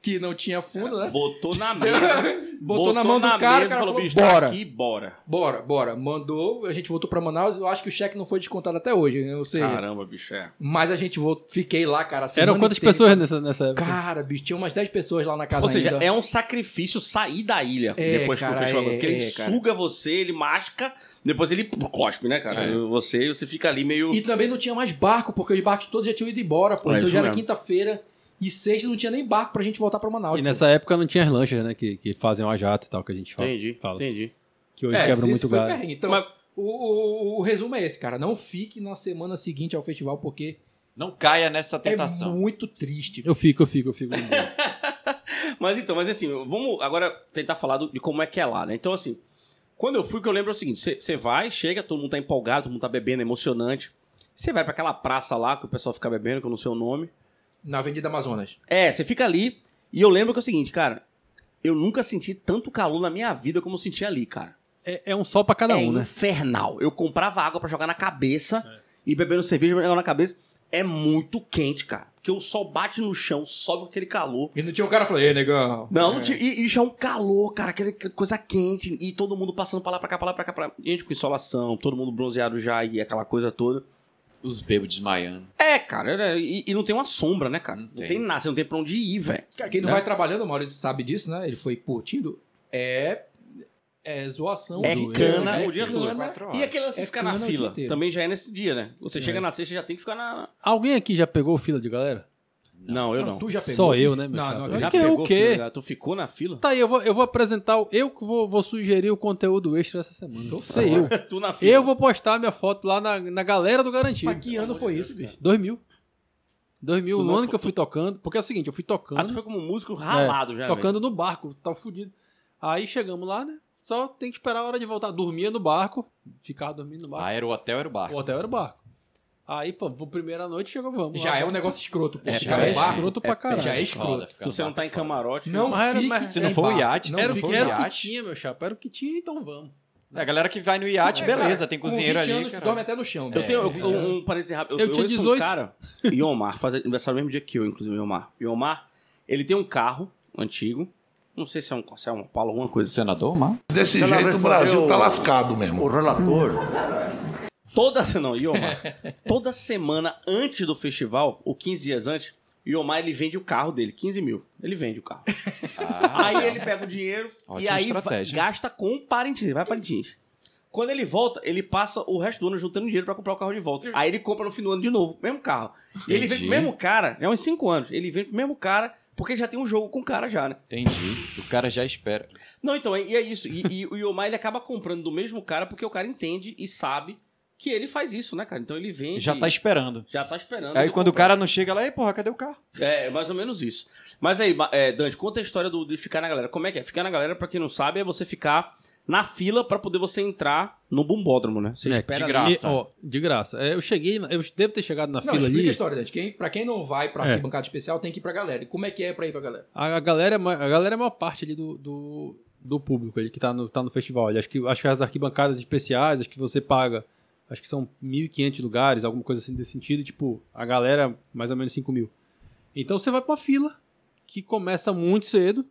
Speaker 5: que não tinha fundo, né?
Speaker 1: botou na mesa.
Speaker 5: Botou, na mão do cara, o
Speaker 1: mesa,
Speaker 5: cara falou,
Speaker 1: falou, bicho,
Speaker 5: bora.
Speaker 1: tá aqui, bora.
Speaker 5: Bora, bora. Mandou, a gente voltou pra Manaus. Eu acho que o cheque não foi descontado até hoje, né? Ou seja,
Speaker 1: Caramba, bicho, é.
Speaker 5: mas a gente voltou, fiquei lá, cara. a
Speaker 3: Eram
Speaker 5: semana
Speaker 3: quantas
Speaker 5: inteira.
Speaker 3: pessoas nessa, nessa época?
Speaker 5: Cara, bicho, tinha umas 10 pessoas lá na casa
Speaker 1: Ou seja,
Speaker 5: ainda.
Speaker 1: é um sacrifício sair da ilha
Speaker 5: É,
Speaker 1: depois que
Speaker 5: cara,
Speaker 1: o festival.
Speaker 5: é,
Speaker 1: porque ele
Speaker 5: é, cara.
Speaker 1: suga você, ele masca, depois ele cospe, né, cara?
Speaker 4: É.
Speaker 1: Você, você fica ali meio.
Speaker 5: E também não tinha mais barco, porque os barcos todos já tinham ido embora, pô.
Speaker 1: É,
Speaker 5: então
Speaker 1: isso
Speaker 5: já era
Speaker 1: mesmo.
Speaker 5: quinta-feira e sexta não tinha nem barco pra gente voltar pra Manaus.
Speaker 3: E
Speaker 5: pô.
Speaker 3: nessa época não tinha as lanchas, né? Que, que fazem o a jato e tal, que a gente fala.
Speaker 1: Entendi,
Speaker 3: fala.
Speaker 1: entendi.
Speaker 3: Que hoje
Speaker 5: É,
Speaker 3: quebra
Speaker 5: isso
Speaker 3: muito
Speaker 5: foi
Speaker 3: galho.
Speaker 5: perrengue. Então,
Speaker 1: Mas-
Speaker 5: o, o- o resumo é esse, cara. Não fique na semana seguinte ao festival, porque
Speaker 4: Não caia nessa
Speaker 5: é
Speaker 4: tentação.
Speaker 5: muito triste.
Speaker 3: Eu fico, eu fico, eu fico.
Speaker 1: Mas então, mas assim, vamos agora tentar falar do- de como é que é lá, né? Então, assim, quando eu fui, o que eu lembro é o seguinte: você- você vai, chega, todo mundo tá empolgado, todo mundo tá bebendo, é emocionante. Você vai pra aquela praça lá que o pessoal fica bebendo, que eu não sei o nome.
Speaker 5: Na Avenida Amazonas.
Speaker 1: É, você fica ali. E eu lembro que é o seguinte, cara. Eu nunca senti tanto calor na minha vida como eu senti ali, cara.
Speaker 3: é, é um sol pra cada
Speaker 1: é
Speaker 3: um, né?
Speaker 1: infernal. Eu comprava água pra jogar na cabeça
Speaker 3: É.
Speaker 1: e bebendo cerveja pra jogar na cabeça. É muito quente, cara. Porque o sol bate no chão, sobe com aquele calor.
Speaker 5: E não tinha um cara falando, ei, negão.
Speaker 1: Não, não
Speaker 5: É.
Speaker 1: tinha- e, e já é um calor, cara, aquela coisa quente, e todo mundo passando pra lá, pra cá, pra lá, pra cá, pra lá. Gente com insolação, todo mundo bronzeado já e aquela coisa toda.
Speaker 4: Os bêbados desmaiando.
Speaker 1: É, cara, era- e, e não tem uma sombra, né, cara?
Speaker 4: Não
Speaker 1: Não,
Speaker 4: tem.
Speaker 1: tem nada, você não tem pra onde ir, velho.
Speaker 5: Cara, quem não
Speaker 1: Né?
Speaker 5: vai trabalhando, o Maurício sabe disso, né? Ele foi curtindo. É. É zoação.
Speaker 1: É
Speaker 5: zoeira,
Speaker 1: cana
Speaker 5: é
Speaker 1: o dia todo.
Speaker 5: cana.
Speaker 4: Quatro
Speaker 1: E aquele lance de
Speaker 5: É
Speaker 1: ficar na
Speaker 5: cana o dia
Speaker 1: fila,
Speaker 5: inteiro.
Speaker 1: também já é nesse dia, né? Você chega na sexta e já tem que ficar na...
Speaker 3: Alguém aqui já pegou fila de galera?
Speaker 1: Não, eu não.
Speaker 5: Tu já pegou.
Speaker 3: Só eu, né, meu
Speaker 5: Não,
Speaker 3: chato?
Speaker 5: não
Speaker 3: Eu
Speaker 5: acredito.
Speaker 1: Já
Speaker 3: Que é o
Speaker 1: pegou
Speaker 3: quê?
Speaker 1: fila, cara? Tu ficou na fila?
Speaker 3: Tá aí, eu vou, eu vou apresentar, o- eu que vou, vou sugerir o conteúdo extra essa semana.
Speaker 5: Tá
Speaker 3: Sei eu.
Speaker 1: tu na fila.
Speaker 3: Eu vou postar minha foto lá na, na galera do Garantido.
Speaker 5: Mas que ano foi isso, bicho?
Speaker 3: 2000. 2000,
Speaker 1: Tu
Speaker 3: o
Speaker 1: não
Speaker 3: um ano
Speaker 1: fo-
Speaker 3: que eu fui tocando. Porque é o seguinte, eu fui tocando.
Speaker 1: Ah, tu foi como um músico ralado
Speaker 5: É.
Speaker 1: já, velho.
Speaker 3: tocando no barco, tava fudido. Aí chegamos lá, né? Só tem que esperar a hora de voltar. Dormia no barco, ficava dormindo no barco.
Speaker 4: Ah, era o hotel, era o bar.
Speaker 3: O hotel era o barco. Aí, pô, vou- primeira noite chegou, vamos.
Speaker 5: Já
Speaker 3: lá.
Speaker 5: é um negócio escroto, pô.
Speaker 4: É,
Speaker 5: Ficar
Speaker 4: já
Speaker 5: no
Speaker 4: é
Speaker 5: bar,
Speaker 4: escroto
Speaker 3: pra caralho.
Speaker 5: Já é
Speaker 4: Foda,
Speaker 5: escroto.
Speaker 4: fica
Speaker 1: Se você
Speaker 4: no
Speaker 1: não
Speaker 4: bar,
Speaker 1: tá em
Speaker 4: foda.
Speaker 1: camarote...
Speaker 5: Não
Speaker 3: Mas era-
Speaker 5: fique
Speaker 3: mas-
Speaker 4: Se não
Speaker 5: em
Speaker 4: for o
Speaker 5: bar.
Speaker 4: iate,
Speaker 3: Era,
Speaker 4: se
Speaker 3: o
Speaker 4: não
Speaker 3: que-
Speaker 4: for
Speaker 3: era
Speaker 4: o
Speaker 3: o que
Speaker 4: iate.
Speaker 3: tinha, meu chapa. Era o que tinha, então vamos.
Speaker 4: A galera que vai no iate,
Speaker 5: É,
Speaker 4: beleza,
Speaker 5: cara,
Speaker 4: tem
Speaker 5: com
Speaker 4: cozinheiro
Speaker 5: 20
Speaker 4: ali.
Speaker 5: anos, tu
Speaker 4: cara.
Speaker 5: dorme até no chão.
Speaker 1: Eu
Speaker 5: bicho.
Speaker 1: tenho
Speaker 5: Com 20
Speaker 1: um,
Speaker 5: anos.
Speaker 1: um parênteses rápido.
Speaker 3: Eu tinha
Speaker 1: conheço
Speaker 3: 18.
Speaker 1: Um cara, Iomar, faz aniversário no mesmo dia que eu, inclusive, Iomar. Iomar, ele tem um carro antigo. Não sei se é um, se é um Paulo, alguma coisa.
Speaker 4: Senador, mano.
Speaker 7: Desse jeito o Brasil tá lascado mesmo.
Speaker 1: Toda. Não, Iomar. toda semana antes do festival, ou 15 dias antes, Iomar ele vende o carro dele, 15 mil. Ele vende o carro. aí ele pega o dinheiro e
Speaker 4: Ah. Ótima
Speaker 1: aí va-
Speaker 4: estratégia.
Speaker 1: gasta com Parintins, vai Parintins. Quando ele volta, ele passa o resto do ano juntando dinheiro pra comprar o carro de volta. Aí ele compra no fim do ano de novo, mesmo carro. E ele vem
Speaker 4: Entendi.
Speaker 1: pro mesmo cara, é uns 5 anos, ele vem pro mesmo cara, porque já tem um jogo com o cara já, né?
Speaker 4: Entendi. O cara já espera.
Speaker 1: Não, então, e é isso. E, e o Yomar, ele acaba comprando do mesmo cara, porque o cara entende e sabe que ele faz isso, né, cara? Então ele vende...
Speaker 4: Já tá esperando.
Speaker 1: Já tá esperando.
Speaker 4: Aí
Speaker 1: ele
Speaker 4: quando o
Speaker 1: comprar.
Speaker 4: cara não chega lá, ei, porra, cadê o carro?
Speaker 1: É, é mais ou menos isso. Mas aí, Ma- é, Dante, conta a história do, de ficar na galera. Como é que é? Ficar na galera, pra quem não sabe, é você ficar na fila pra poder você entrar no bumbódromo, né? Você
Speaker 3: É,
Speaker 1: espera
Speaker 3: de
Speaker 1: ali.
Speaker 3: graça. ó, de graça. É, eu cheguei, na- eu devo ter chegado na
Speaker 5: Não,
Speaker 3: fila
Speaker 5: explica
Speaker 3: ali.
Speaker 5: a história, Dante. Quem, pra quem não vai pra
Speaker 3: É.
Speaker 5: arquibancada especial, tem que ir pra galera. E como é que é pra ir pra galera?
Speaker 3: A, a galera, é ma- a galera é a maior parte ali do, do, do público ali que tá no, tá no festival. ali. Acho que, acho que as arquibancadas especiais, acho que você paga, acho que são 1.500 lugares, alguma coisa assim desse sentido, e, tipo, a galera mais ou menos 5 mil. Então você vai pra uma fila que começa muito cedo,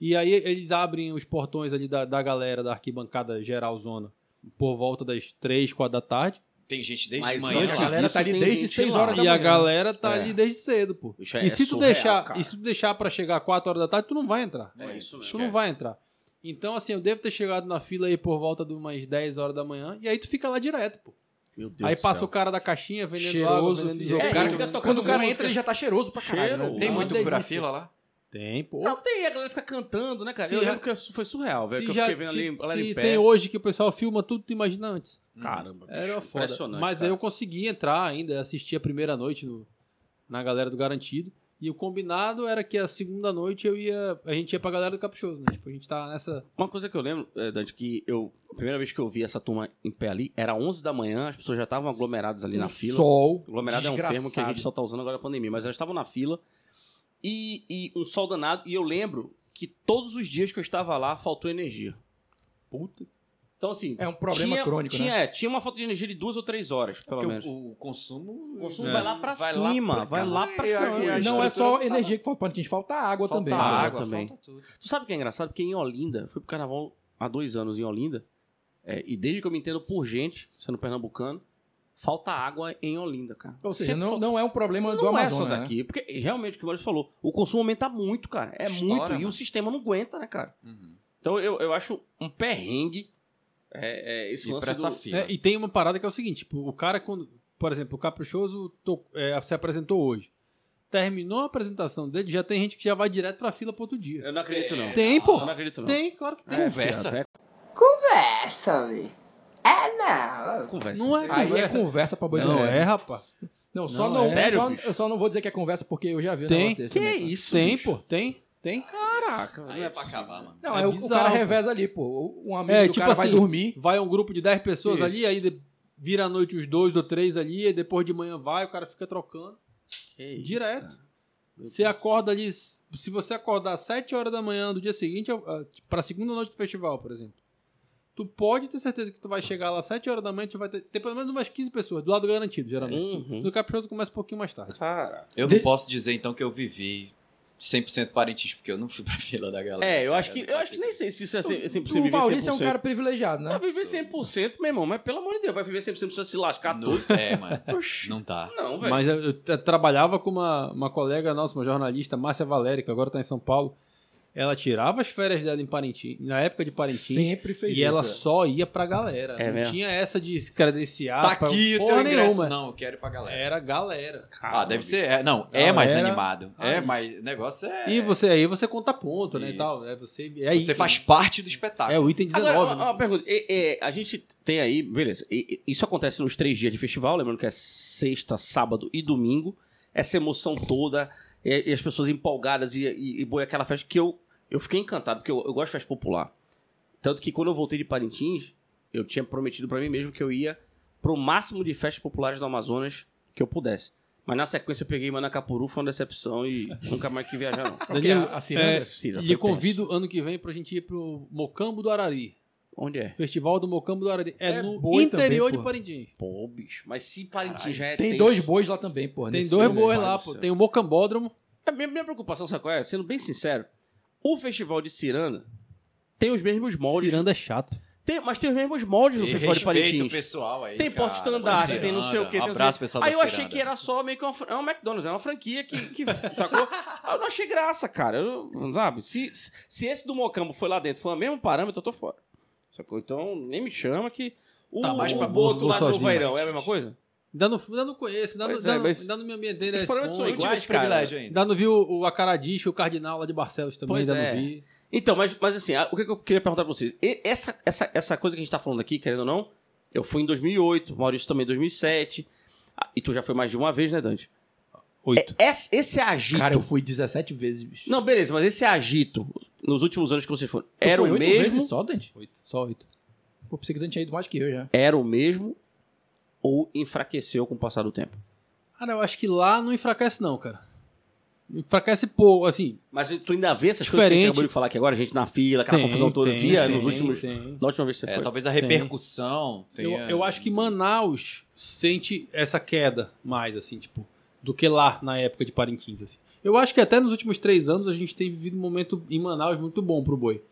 Speaker 3: e aí eles abrem os portões ali da, da galera da arquibancada geral zona por volta das 3, 4 da tarde.
Speaker 4: Tem gente desde
Speaker 1: Mas
Speaker 4: manhã.
Speaker 1: antes
Speaker 5: a galera
Speaker 1: disso,
Speaker 5: tá ali
Speaker 1: tem
Speaker 5: desde
Speaker 1: gente
Speaker 5: 6
Speaker 1: lá.
Speaker 5: horas da
Speaker 3: E
Speaker 5: manhã.
Speaker 3: a galera tá
Speaker 1: É.
Speaker 3: ali desde cedo, pô.
Speaker 1: Isso é
Speaker 3: e, se tu
Speaker 1: surreal,
Speaker 3: deixar,
Speaker 1: cara.
Speaker 3: e se tu deixar pra chegar 4 horas da tarde, tu não vai entrar.
Speaker 1: É isso
Speaker 3: Tu não vai entrar. Então, assim, eu devo ter chegado na fila aí por volta de umas 10 horas da manhã, e aí tu fica lá direto, pô.
Speaker 1: Meu Deus
Speaker 3: aí
Speaker 1: do
Speaker 3: passa
Speaker 1: céu.
Speaker 3: o cara da caixinha vendendo
Speaker 5: Cheiroso,
Speaker 3: água, vendendo
Speaker 5: é,
Speaker 3: isopor.
Speaker 5: o cara fica tocando Quando o cara
Speaker 1: música.
Speaker 5: entra, ele já tá cheiroso pra caralho.
Speaker 1: Cheiroso.
Speaker 5: Né?
Speaker 4: Tem
Speaker 1: Ah,
Speaker 4: muito
Speaker 1: delícia.
Speaker 4: furafila lá?
Speaker 3: Tem, pô.
Speaker 1: Não, tem, a galera fica cantando, né, cara?
Speaker 3: Se
Speaker 1: eu
Speaker 3: já-
Speaker 1: lembro que foi surreal, velho.
Speaker 3: se
Speaker 1: Que eu
Speaker 3: já-
Speaker 1: fiquei vendo
Speaker 3: se-
Speaker 1: ali, ela
Speaker 3: se
Speaker 1: em pé.
Speaker 3: tem hoje que o pessoal filma tudo, tu imagina antes.
Speaker 1: Caramba,
Speaker 3: Era
Speaker 1: bicho,
Speaker 3: foda.
Speaker 1: impressionante.
Speaker 3: Mas
Speaker 1: cara.
Speaker 3: aí eu consegui entrar ainda, assistir a primeira noite no- na galera do Garantido. E o combinado era que a segunda noite eu ia. A gente ia pra galera do Caprichoso, né? Tipo, a gente tá nessa.
Speaker 1: Uma coisa que eu lembro, é, Dante, que eu. A primeira vez que eu vi essa turma em pé ali, era 11 da manhã, as pessoas já estavam aglomeradas ali na
Speaker 5: Um
Speaker 1: fila.
Speaker 5: Sol.
Speaker 1: Aglomerado é um termo que a
Speaker 5: desgraçado.
Speaker 1: gente só tá usando agora na pandemia, mas elas estavam na fila e, e um sol danado. E eu lembro que todos os dias que eu estava lá, faltou energia. Puta. Então, assim.
Speaker 5: É um problema
Speaker 1: tinha,
Speaker 5: crônico,
Speaker 1: tinha,
Speaker 5: né?
Speaker 1: é, tinha uma falta de energia de duas ou três horas, pelo
Speaker 4: Porque
Speaker 1: menos. O,
Speaker 4: o, o consumo.
Speaker 1: consumo
Speaker 3: É.
Speaker 1: vai lá pra cima, vai lá pra
Speaker 4: caralho.
Speaker 1: cima.
Speaker 4: a
Speaker 5: Não é só
Speaker 4: estrutura não tá
Speaker 5: energia que falta pra gente, falta água
Speaker 4: Falta
Speaker 5: também.
Speaker 1: água.
Speaker 5: né?
Speaker 1: também.
Speaker 4: falta tudo.
Speaker 1: Tu sabe o que é engraçado? Porque em Olinda, fui pro carnaval há dois anos em Olinda, é, e desde que eu me entendo por gente, sendo pernambucano, falta água em Olinda, cara.
Speaker 5: Ou seja,
Speaker 1: Sempre
Speaker 5: não,
Speaker 1: faltou.
Speaker 5: não é um problema do
Speaker 1: não
Speaker 5: Amazonas.
Speaker 1: é só
Speaker 5: né?
Speaker 1: daqui, porque realmente o que o Maurício falou, o consumo aumenta muito, cara. É
Speaker 4: Estoura,
Speaker 1: muito, e
Speaker 4: mano.
Speaker 1: o sistema não aguenta, né, cara?
Speaker 4: Uhum.
Speaker 1: Então eu, eu acho um perrengue é, é, esse
Speaker 4: E
Speaker 1: lance
Speaker 4: pra essa
Speaker 1: do...
Speaker 4: fila.
Speaker 3: É, e tem uma parada que é o seguinte: tipo, o cara, quando, por exemplo, o Caprichoso to- é, se apresentou hoje. Terminou a apresentação dele, já tem gente que já vai direto pra fila pro outro dia.
Speaker 1: Eu não acredito, não.
Speaker 3: Tem,
Speaker 1: Eu
Speaker 3: pô.
Speaker 1: não acredito, não.
Speaker 3: Tem, claro que tem.
Speaker 4: Conversa.
Speaker 1: É,
Speaker 6: Conversa, velho. É não.
Speaker 1: conversa.
Speaker 3: Não é
Speaker 5: Aí é
Speaker 3: conversa.
Speaker 5: conversa pra boi do
Speaker 3: Não
Speaker 5: Neto.
Speaker 3: é, rapaz.
Speaker 5: Não, só
Speaker 1: Não,
Speaker 5: não,
Speaker 1: sério,
Speaker 5: só-
Speaker 1: bicho?
Speaker 5: eu só não vou dizer que é conversa porque eu já vi um
Speaker 3: Tem.
Speaker 5: negócio desse
Speaker 1: Que
Speaker 5: também.
Speaker 1: isso,
Speaker 3: Tem,
Speaker 1: bicho?
Speaker 3: pô, tem, tem.
Speaker 1: Caraca,
Speaker 4: Aí é pra acabar, mano.
Speaker 5: Não,
Speaker 3: É
Speaker 5: é o- o
Speaker 3: bizarro,
Speaker 5: cara
Speaker 3: cara.
Speaker 5: reveza ali, pô. Um amigo
Speaker 3: É,
Speaker 5: do
Speaker 3: tipo
Speaker 5: cara vai
Speaker 3: assim,
Speaker 5: dormir.
Speaker 3: Vai um grupo de 10 pessoas
Speaker 5: Isso.
Speaker 3: ali, aí de- vira à noite os dois ou três ali, e depois de manhã vai, o cara fica trocando.
Speaker 1: É
Speaker 3: Direto. Você acorda ali, se você acordar às 7 horas da manhã do dia seguinte, para segunda noite do festival, por exemplo, tu pode ter certeza que tu vai chegar lá às 7 horas da manhã, tu vai ter, ter pelo menos umas 15 pessoas, do lado garantido, geralmente.
Speaker 1: Uhum.
Speaker 3: No Caprichoso começa um pouquinho mais tarde.
Speaker 1: Cara.
Speaker 4: Eu
Speaker 5: De-
Speaker 4: não posso dizer então que eu vivi 100% parentista, porque eu não fui pra fila da galera.
Speaker 1: É, eu acho que, eu
Speaker 4: não
Speaker 1: acho que nem sei se isso é sem- sempre você
Speaker 5: o
Speaker 1: viver 100%.
Speaker 5: Maurício é um cara privilegiado, né?
Speaker 1: Vai viver 100%, meu irmão, mas pelo amor de Deus, vai viver 100%, precisa se lascar tudo.
Speaker 4: Não, é, mano.
Speaker 1: Oxi.
Speaker 4: Não tá.
Speaker 1: Não, velho.
Speaker 3: Mas eu, eu tra- trabalhava com uma, uma colega nossa, uma jornalista, Márcia Valéria, que agora tá em São Paulo. Ela tirava as férias dela em Parintins, na época de Parintins,
Speaker 5: Sempre fez
Speaker 3: e
Speaker 5: isso.
Speaker 3: ela
Speaker 5: é.
Speaker 3: só ia pra galera.
Speaker 1: É
Speaker 3: não
Speaker 1: mesmo?
Speaker 3: tinha essa de se credenciar
Speaker 4: tá
Speaker 3: pra
Speaker 4: aqui o
Speaker 3: porra
Speaker 4: teu ingresso.
Speaker 3: nenhuma.
Speaker 4: Não, eu quero ir pra galera.
Speaker 3: Era galera.
Speaker 4: Ah, deve ser. é, não, é
Speaker 3: Galera,
Speaker 4: mais animado. É
Speaker 3: aí.
Speaker 4: mais. O negócio é.
Speaker 3: E você aí você conta ponto, né? E
Speaker 4: Isso.
Speaker 3: tal. É, você é
Speaker 4: Você
Speaker 3: item.
Speaker 4: faz parte do espetáculo.
Speaker 3: É o item 19.
Speaker 1: Agora, uma,
Speaker 3: né?
Speaker 1: uma pergunta. É, é, a gente tem aí, beleza, e- e- isso acontece nos três dias de festival, lembrando que é sexta, sábado e domingo. Essa emoção toda, é, e as pessoas empolgadas e, e, e boa aquela festa que eu, eu fiquei encantado, porque eu, eu gosto de festa popular. Tanto que quando eu voltei de Parintins, eu tinha prometido pra mim mesmo que eu ia pro máximo de festas populares do Amazonas que eu pudesse. Mas na sequência eu peguei Manacapuru, foi uma decepção e nunca mais que viajar, não.
Speaker 3: Danilo,
Speaker 5: a
Speaker 3: é,
Speaker 5: Ciranda-
Speaker 1: Cira, foi
Speaker 3: lhe
Speaker 1: tenso.
Speaker 3: convido ano que vem pra gente ir pro Mocambo do Arari.
Speaker 1: Onde é?
Speaker 3: Festival do Mocambo do Arari. É,
Speaker 5: É
Speaker 3: no
Speaker 5: boi também,
Speaker 3: interior de
Speaker 5: pô.
Speaker 3: Parintins.
Speaker 1: Pô, bicho, mas se Parintins já é
Speaker 5: Tem
Speaker 1: tenso-
Speaker 5: dois bois lá também, pô.
Speaker 3: Tem
Speaker 5: nesse
Speaker 3: dois
Speaker 5: lugar.
Speaker 3: bois
Speaker 1: pai
Speaker 3: lá,
Speaker 1: do
Speaker 3: pô.
Speaker 1: céu.
Speaker 3: Tem o Mocambódromo.
Speaker 1: A É, minha, minha preocupação, sabe qual é? Sendo bem sincero, o festival de Ciranda tem os mesmos moldes.
Speaker 3: Ciranda é chato.
Speaker 1: Tem, mas tem os mesmos moldes do
Speaker 4: E
Speaker 1: festival de
Speaker 4: respeita o
Speaker 1: Parintins.
Speaker 4: pessoal aí.
Speaker 1: Tem
Speaker 4: cara.
Speaker 1: porte estandarte,
Speaker 4: Ciranda,
Speaker 1: tem não sei o que. tem
Speaker 4: Um
Speaker 1: não sei o
Speaker 4: abraço,
Speaker 1: quê.
Speaker 4: pessoal
Speaker 1: Aí
Speaker 4: da
Speaker 1: eu achei
Speaker 4: Ciranda.
Speaker 1: que era só meio que uma, fran- é uma McDonald's, é uma franquia que, que sacou? Aí eu não achei graça, cara. Eu, sabe? Se, se esse do Mocambo foi lá dentro, foi o mesmo parâmetro, eu tô fora. Sacou? Então, nem me chama que. O,
Speaker 3: Tá mais
Speaker 1: o
Speaker 3: pra
Speaker 1: boto
Speaker 3: vou
Speaker 1: lá do
Speaker 3: sozinho.
Speaker 1: Vairão é a mesma coisa?
Speaker 3: Ainda não, ainda não conheço, ainda,
Speaker 1: Pois
Speaker 3: não,
Speaker 1: é,
Speaker 3: ainda,
Speaker 1: mas-
Speaker 3: não- ainda não me ambientei
Speaker 1: Os
Speaker 3: nesse
Speaker 1: problemas são
Speaker 3: ponto.
Speaker 4: Eu tive
Speaker 1: iguais,
Speaker 4: esse
Speaker 1: cara.
Speaker 4: privilégio ainda.
Speaker 3: Ainda não vi o, o Acaradiche, o Cardinal lá de Barcelos também,
Speaker 1: Pois
Speaker 3: ainda
Speaker 1: é.
Speaker 3: não vi.
Speaker 1: Então, mas, mas assim, a- o que que eu queria perguntar pra vocês? E- essa, essa, essa coisa que a gente tá falando aqui, querendo ou não, eu fui em 2008, o Maurício também em 2007, ah, e tu já foi mais de uma vez, né, Dante? É, esse, esse agito.
Speaker 5: Cara, eu fui 17 vezes, bicho.
Speaker 1: Não, beleza, mas esse agito nos últimos anos que você foi.
Speaker 5: Tu
Speaker 1: Era
Speaker 5: foi
Speaker 1: o
Speaker 5: oito
Speaker 1: mesmo.
Speaker 5: Vezes só, Dante? Só oito. Pô, pensei que o Dante tinha ido mais que eu já.
Speaker 1: Era o mesmo ou enfraqueceu com o passar do tempo?
Speaker 3: Cara, eu acho que lá não enfraquece, não, cara. Enfraquece pouco, assim.
Speaker 1: Mas tu ainda vê essas coisas que a gente
Speaker 3: Diferente.
Speaker 1: acabou de falar aqui agora, a gente na fila, aquela
Speaker 3: Tem,
Speaker 1: confusão toda.
Speaker 3: tem,
Speaker 1: via
Speaker 3: tem,
Speaker 1: nos últimos.
Speaker 5: tem.
Speaker 1: Na última vez que você
Speaker 4: É,
Speaker 1: foi.
Speaker 4: talvez a repercussão.
Speaker 3: Eu,
Speaker 4: tenha-
Speaker 3: eu acho que Manaus sente essa queda mais, assim, tipo, do que lá na época de Parintins, assim. Eu acho que até nos últimos três anos a gente tem vivido um momento em Manaus muito bom pro boi.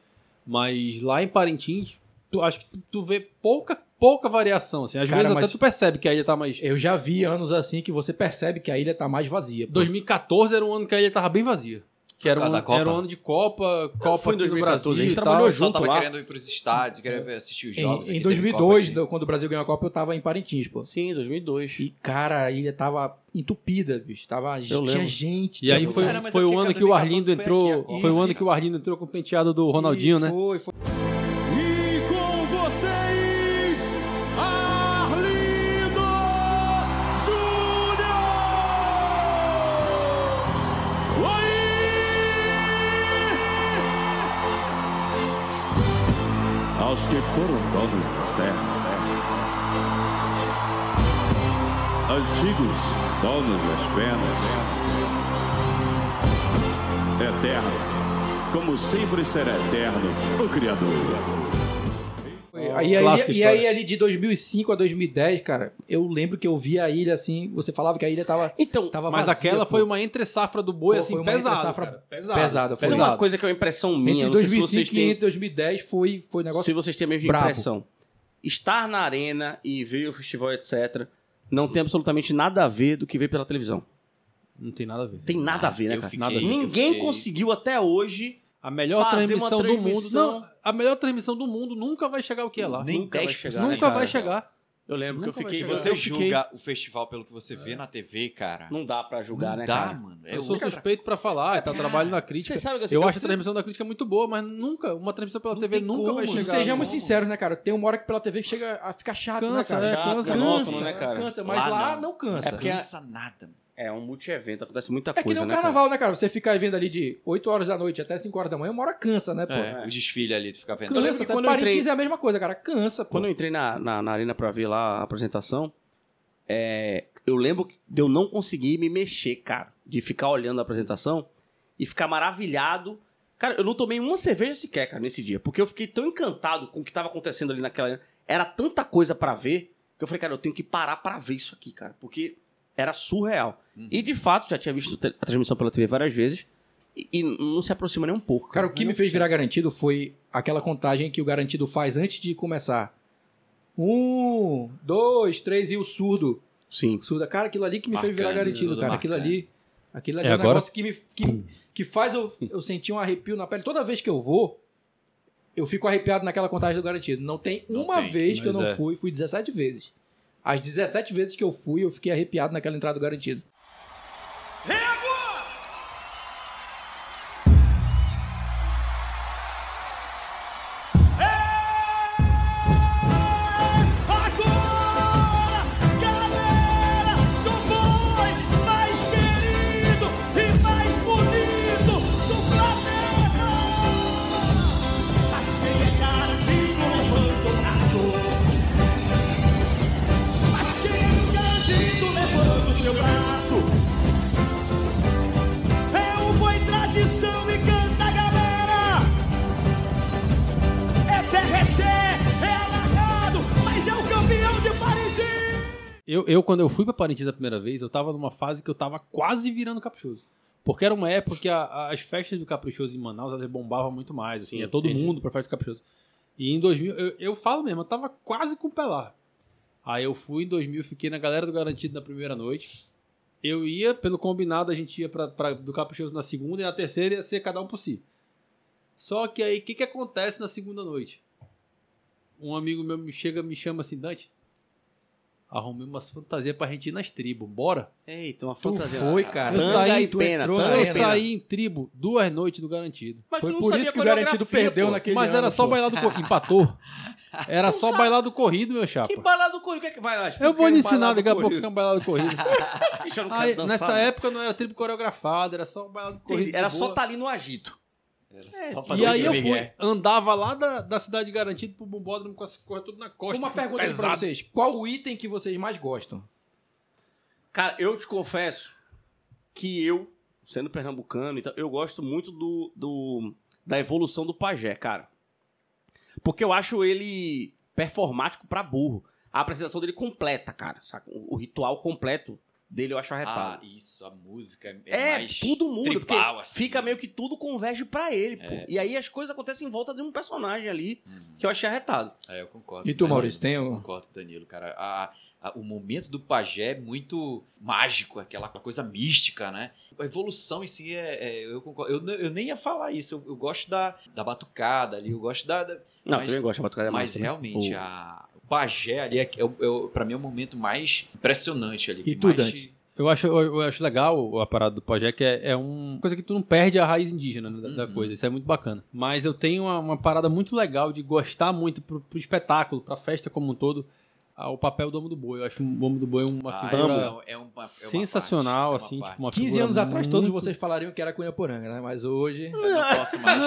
Speaker 3: Mas lá em Parintins, tu acho que tu, tu vê pouca, pouca variação, assim. Às
Speaker 5: Cara,
Speaker 3: vezes
Speaker 5: mas-
Speaker 3: até tu percebe que a ilha tá mais...
Speaker 4: É.
Speaker 5: Eu já vi anos assim que você percebe que a ilha tá mais vazia. pô.
Speaker 3: 2014 era um ano que a ilha tava bem vazia. Que era,
Speaker 4: causa
Speaker 3: um,
Speaker 4: da Copa?
Speaker 3: era um ano de Copa, Copa
Speaker 1: fui em
Speaker 3: aqui no
Speaker 1: 2014,
Speaker 3: Brasil
Speaker 1: a gente
Speaker 3: e tal.
Speaker 1: trabalhou
Speaker 4: O pessoal
Speaker 1: junto
Speaker 4: tava
Speaker 1: lá.
Speaker 4: querendo ir pros estádios, queria ver- assistir os jogos.
Speaker 5: Em, em
Speaker 4: aqui, teve Copa
Speaker 5: 2002,
Speaker 4: aqui.
Speaker 5: do- quando o Brasil ganhou a Copa, eu tava em Parintins, pô.
Speaker 1: Sim, 2002.
Speaker 5: E, cara, a ilha tava entupida, bicho. Tava, tinha
Speaker 1: lembro.
Speaker 5: gente.
Speaker 3: E aí
Speaker 5: tinha
Speaker 3: foi,
Speaker 4: Cara, mas
Speaker 3: foi
Speaker 4: é
Speaker 3: o
Speaker 4: porque
Speaker 3: ano
Speaker 4: cada
Speaker 3: que o
Speaker 4: 2014
Speaker 3: Arlindo
Speaker 4: foi aqui, a
Speaker 3: entrou.
Speaker 4: Copa.
Speaker 3: foi o ano que o Arlindo entrou com o penteado do Ronaldinho, né?
Speaker 5: Foi, foi.
Speaker 2: E com vocês, Arlindo Júnior!
Speaker 8: aos que foram donos das terras, antigos donos das penas, eterno, como sempre será eterno o Criador.
Speaker 5: Foi. Aí, aí-
Speaker 3: Clássica
Speaker 5: e
Speaker 3: história.
Speaker 5: aí, ali de 2005 a 2010, cara, eu lembro que eu via a ilha assim. Você falava que a ilha tava.
Speaker 1: Então,
Speaker 5: tava
Speaker 3: Mas
Speaker 5: vazia,
Speaker 3: aquela
Speaker 5: pô.
Speaker 3: foi uma entre-safra do boi,
Speaker 5: Pô,
Speaker 3: assim,
Speaker 5: foi uma
Speaker 3: pesada.
Speaker 5: entre-safra
Speaker 3: cara.
Speaker 5: pesada, foi.
Speaker 1: Mas é
Speaker 5: Exato.
Speaker 1: uma coisa que é uma impressão minha.
Speaker 5: Entre
Speaker 1: eu Não sei se
Speaker 5: 2005
Speaker 1: vocês
Speaker 5: e
Speaker 1: têm.
Speaker 5: entre 2010 foi, foi um negócio.
Speaker 1: Se vocês têm a mesma
Speaker 5: brabo.
Speaker 1: impressão. Estar na arena e ver o festival, etc., não tem absolutamente nada a ver do que ver pela televisão.
Speaker 3: Não tem nada a ver.
Speaker 1: Tem nada a ver, né,
Speaker 4: Eu
Speaker 1: cara?
Speaker 4: fiquei-
Speaker 1: Nada a ver.
Speaker 4: eu
Speaker 1: Ninguém
Speaker 4: fiquei-
Speaker 1: conseguiu até hoje.
Speaker 3: A melhor
Speaker 1: Fazer
Speaker 3: transmissão,
Speaker 1: uma
Speaker 3: do
Speaker 1: transmissão-
Speaker 3: mundo. Não, a melhor transmissão do mundo nunca vai chegar o que é lá.
Speaker 4: Nem
Speaker 1: Nunca vai
Speaker 4: 10%.
Speaker 1: chegar,
Speaker 3: nunca vai chegar.
Speaker 1: Eu lembro
Speaker 3: Nunca
Speaker 1: que eu
Speaker 3: vai
Speaker 1: fiquei.
Speaker 4: Se
Speaker 3: chegar.
Speaker 1: Você
Speaker 4: você
Speaker 3: Eu fiquei-
Speaker 4: julga o festival pelo que você vê na TV, cara.
Speaker 1: Não dá pra julgar,
Speaker 4: Não
Speaker 1: né,
Speaker 4: dá,
Speaker 1: cara?
Speaker 4: mano. É
Speaker 3: Eu sou
Speaker 4: outra-
Speaker 3: suspeito pra falar,
Speaker 5: É
Speaker 3: tá trabalho na crítica.
Speaker 1: Você sabe que
Speaker 3: Eu acho a
Speaker 1: sempre-
Speaker 3: transmissão da crítica muito boa, mas nunca, uma transmissão pela TV
Speaker 1: tem
Speaker 3: nunca vai
Speaker 1: como,
Speaker 3: chegar.
Speaker 5: E sejamos
Speaker 3: não.
Speaker 5: sinceros, né, cara? Tem uma hora que pela TV que chega a ficar chato,
Speaker 3: Cansa,
Speaker 5: né,
Speaker 3: né?
Speaker 5: cara?
Speaker 1: Chato,
Speaker 3: Cansa,
Speaker 1: monótono,
Speaker 3: cansa,
Speaker 1: né, cara?
Speaker 5: Cansa, mas lá, não. cansa.
Speaker 1: É porque-
Speaker 4: cansa nada. mano.
Speaker 1: É um multi-evento, acontece muita
Speaker 5: É que
Speaker 1: coisa,
Speaker 5: nem o
Speaker 1: né?
Speaker 5: carnaval, né, cara? Você fica vendo ali de 8 horas da noite até 5 horas da manhã, uma hora cansa, né, pô?
Speaker 4: É, O desfile ali, tu fica vendo.
Speaker 1: Eu
Speaker 5: Cansa,
Speaker 1: lembro que
Speaker 5: até
Speaker 1: quando eu
Speaker 5: Parintins
Speaker 1: entrei-
Speaker 5: é a mesma coisa, cara. Cansa, pô.
Speaker 1: Quando eu entrei na, na, na arena pra ver lá a apresentação, é, eu lembro que eu não consegui me mexer, cara. De ficar olhando a apresentação e ficar maravilhado. Cara, eu não tomei uma cerveja sequer, cara, nesse dia. Porque eu fiquei tão encantado com o que tava acontecendo ali naquela arena. Era tanta coisa pra ver que eu falei, cara, eu tenho que parar pra ver isso aqui, cara. Porque era surreal.
Speaker 5: Uhum.
Speaker 1: E de fato, já tinha visto te- a transmissão pela TV várias vezes. E, e não se aproxima nem um pouco.
Speaker 5: Cara, o que me fez virar garantido foi aquela contagem que o garantido faz antes de começar. Um, dois, três e o surdo.
Speaker 1: Sim.
Speaker 5: Surda. Cara, aquilo ali que me fez
Speaker 4: Marcando,
Speaker 5: virar garantido,
Speaker 4: surdo
Speaker 5: cara. Aquilo
Speaker 4: marcando.
Speaker 5: ali. Aquilo ali
Speaker 3: É,
Speaker 5: é, um
Speaker 3: agora-
Speaker 5: negócio que, me, que, que faz eu, eu sentir um arrepio na pele. Toda vez que eu vou, eu fico arrepiado naquela contagem do garantido. Não tem
Speaker 4: Não
Speaker 5: uma
Speaker 4: tem,
Speaker 5: vez que eu
Speaker 3: mas
Speaker 5: não
Speaker 3: é.
Speaker 5: fui, fui 17 vezes. As 17 vezes que eu fui, eu fiquei arrepiado naquela entrada do garantido.
Speaker 9: É
Speaker 3: Eu, eu, quando eu fui pra Parintins a primeira vez, eu tava numa fase que eu tava quase virando caprichoso. Porque era uma época que a- a- as festas do caprichoso em Manaus elas bombavam muito mais, assim,
Speaker 1: Sim,
Speaker 3: ia todo
Speaker 1: entendi.
Speaker 3: mundo pra festa do caprichoso. E em 2000, eu, eu falo mesmo, eu tava quase com o pé lá. Aí eu fui em 2000, fiquei na galera do Garantido na primeira noite. Eu ia, pelo combinado, a gente ia pra, pra- do caprichoso na segunda e na terceira ia ser cada um por si. Só que aí, o que que acontece na segunda noite? Um amigo meu me chega, me chama assim, Dante, Arrumei umas fantasias pra gente ir nas tribos. Bora?
Speaker 1: Eita, uma
Speaker 5: Tu
Speaker 1: fantasia.
Speaker 5: foi, cara.
Speaker 1: Eu
Speaker 5: Tanga
Speaker 1: saí,
Speaker 5: e
Speaker 1: tu entrou
Speaker 5: tanga
Speaker 1: na
Speaker 5: e
Speaker 3: eu
Speaker 1: arena.
Speaker 5: pena.
Speaker 3: saí em tribo duas noites do Garantido.
Speaker 1: Mas tu
Speaker 5: né? Foi
Speaker 1: não
Speaker 5: por
Speaker 1: sabia
Speaker 5: isso que
Speaker 1: a
Speaker 5: o garantido
Speaker 1: coreografia,
Speaker 5: perdeu
Speaker 1: pô.
Speaker 5: naquele
Speaker 3: Mas
Speaker 5: ano,
Speaker 3: era só
Speaker 5: pô.
Speaker 3: bailar do corrido. Empatou. Era
Speaker 1: Tu
Speaker 3: só
Speaker 1: sabe-
Speaker 3: bailar do corrido, meu chapa.
Speaker 1: Que balado Corrida, o que é que vai lá? Explica
Speaker 3: Ah, Eu vou
Speaker 1: aí
Speaker 3: lhe
Speaker 1: o
Speaker 3: ensinar
Speaker 1: Balada
Speaker 3: daqui a pouco
Speaker 1: Corrida.
Speaker 3: cambalhada corrida.
Speaker 1: Ixi, eu não quero
Speaker 3: Aí,
Speaker 1: dançar,
Speaker 3: nessa
Speaker 4: né?
Speaker 1: não.
Speaker 3: época não era tribo coreografada, era só balada corrida.
Speaker 1: Entendi,
Speaker 3: de
Speaker 1: Era
Speaker 3: boa. É,
Speaker 1: só estar ali no agito.
Speaker 4: Só
Speaker 3: E
Speaker 4: fazer
Speaker 3: aí eu
Speaker 4: aquele
Speaker 3: fui,
Speaker 4: migué.
Speaker 5: é.
Speaker 3: andava lá da, da cidade garantida pro bumbódromo com as corras tudo na costa.
Speaker 5: Uma
Speaker 3: assim,
Speaker 5: pergunta aqui pra
Speaker 3: pesado.
Speaker 5: vocês. Qual o item que vocês mais gostam?
Speaker 1: Cara, eu te confesso que eu, sendo pernambucano, então, eu gosto muito do, do- da evolução do pajé, cara. Porque eu acho ele performático pra burro. A apresentação dele completa, cara. saca? O, o ritual completo dele eu acho
Speaker 4: Ah,
Speaker 1: arretado.
Speaker 4: isso, a música é,
Speaker 1: é,
Speaker 4: mais
Speaker 1: tudo muda,
Speaker 4: tribal,
Speaker 1: porque
Speaker 4: assim.
Speaker 1: fica meio que tudo converge pra ele, pô.
Speaker 4: É.
Speaker 1: E aí as coisas acontecem em volta de um personagem ali
Speaker 4: Uhum.
Speaker 1: que eu achei arretado.
Speaker 4: É, eu concordo.
Speaker 5: E
Speaker 4: com
Speaker 5: tu,
Speaker 4: o
Speaker 5: Maurício, tem
Speaker 4: Eu
Speaker 5: o...
Speaker 4: concordo com o Danilo, cara. A- a- o momento do pajé é muito mágico, aquela coisa mística, né? A evolução em si é. é- eu, concordo. Eu, ne- eu nem ia falar isso. Eu, eu gosto da, da batucada ali, eu gosto da.
Speaker 3: É,
Speaker 4: da-
Speaker 1: Não,
Speaker 4: Mas-
Speaker 1: eu também gosto de Batucada
Speaker 4: mas
Speaker 1: Massa, né?
Speaker 4: realmente,
Speaker 1: O-
Speaker 4: a, o pajé ali é, é, o- é, o- pra mim é o momento mais impressionante ali.
Speaker 3: E
Speaker 4: que
Speaker 3: tu,
Speaker 4: mais
Speaker 3: Dante? Eu acho, eu acho legal a parada do pajé, que é, é uma coisa que tu não perde a raiz indígena né, da, da
Speaker 4: Uhum.
Speaker 3: coisa. Isso é muito bacana. Mas eu tenho uma, uma parada muito legal de gostar muito pro, pro espetáculo, pra festa como um todo, ah, o papel do Homo do Boi. Eu acho que o Homo do Boi é uma
Speaker 4: Ah, é
Speaker 3: figura
Speaker 4: uma- é uma- é uma parte,
Speaker 3: sensacional,
Speaker 4: é uma
Speaker 3: assim,
Speaker 4: parte.
Speaker 3: tipo uma
Speaker 5: 15
Speaker 3: figura
Speaker 5: anos atrás todos
Speaker 3: muito-
Speaker 5: vocês falariam que era Cunhaporanga, né? Mas hoje...
Speaker 4: Eu não posso mais.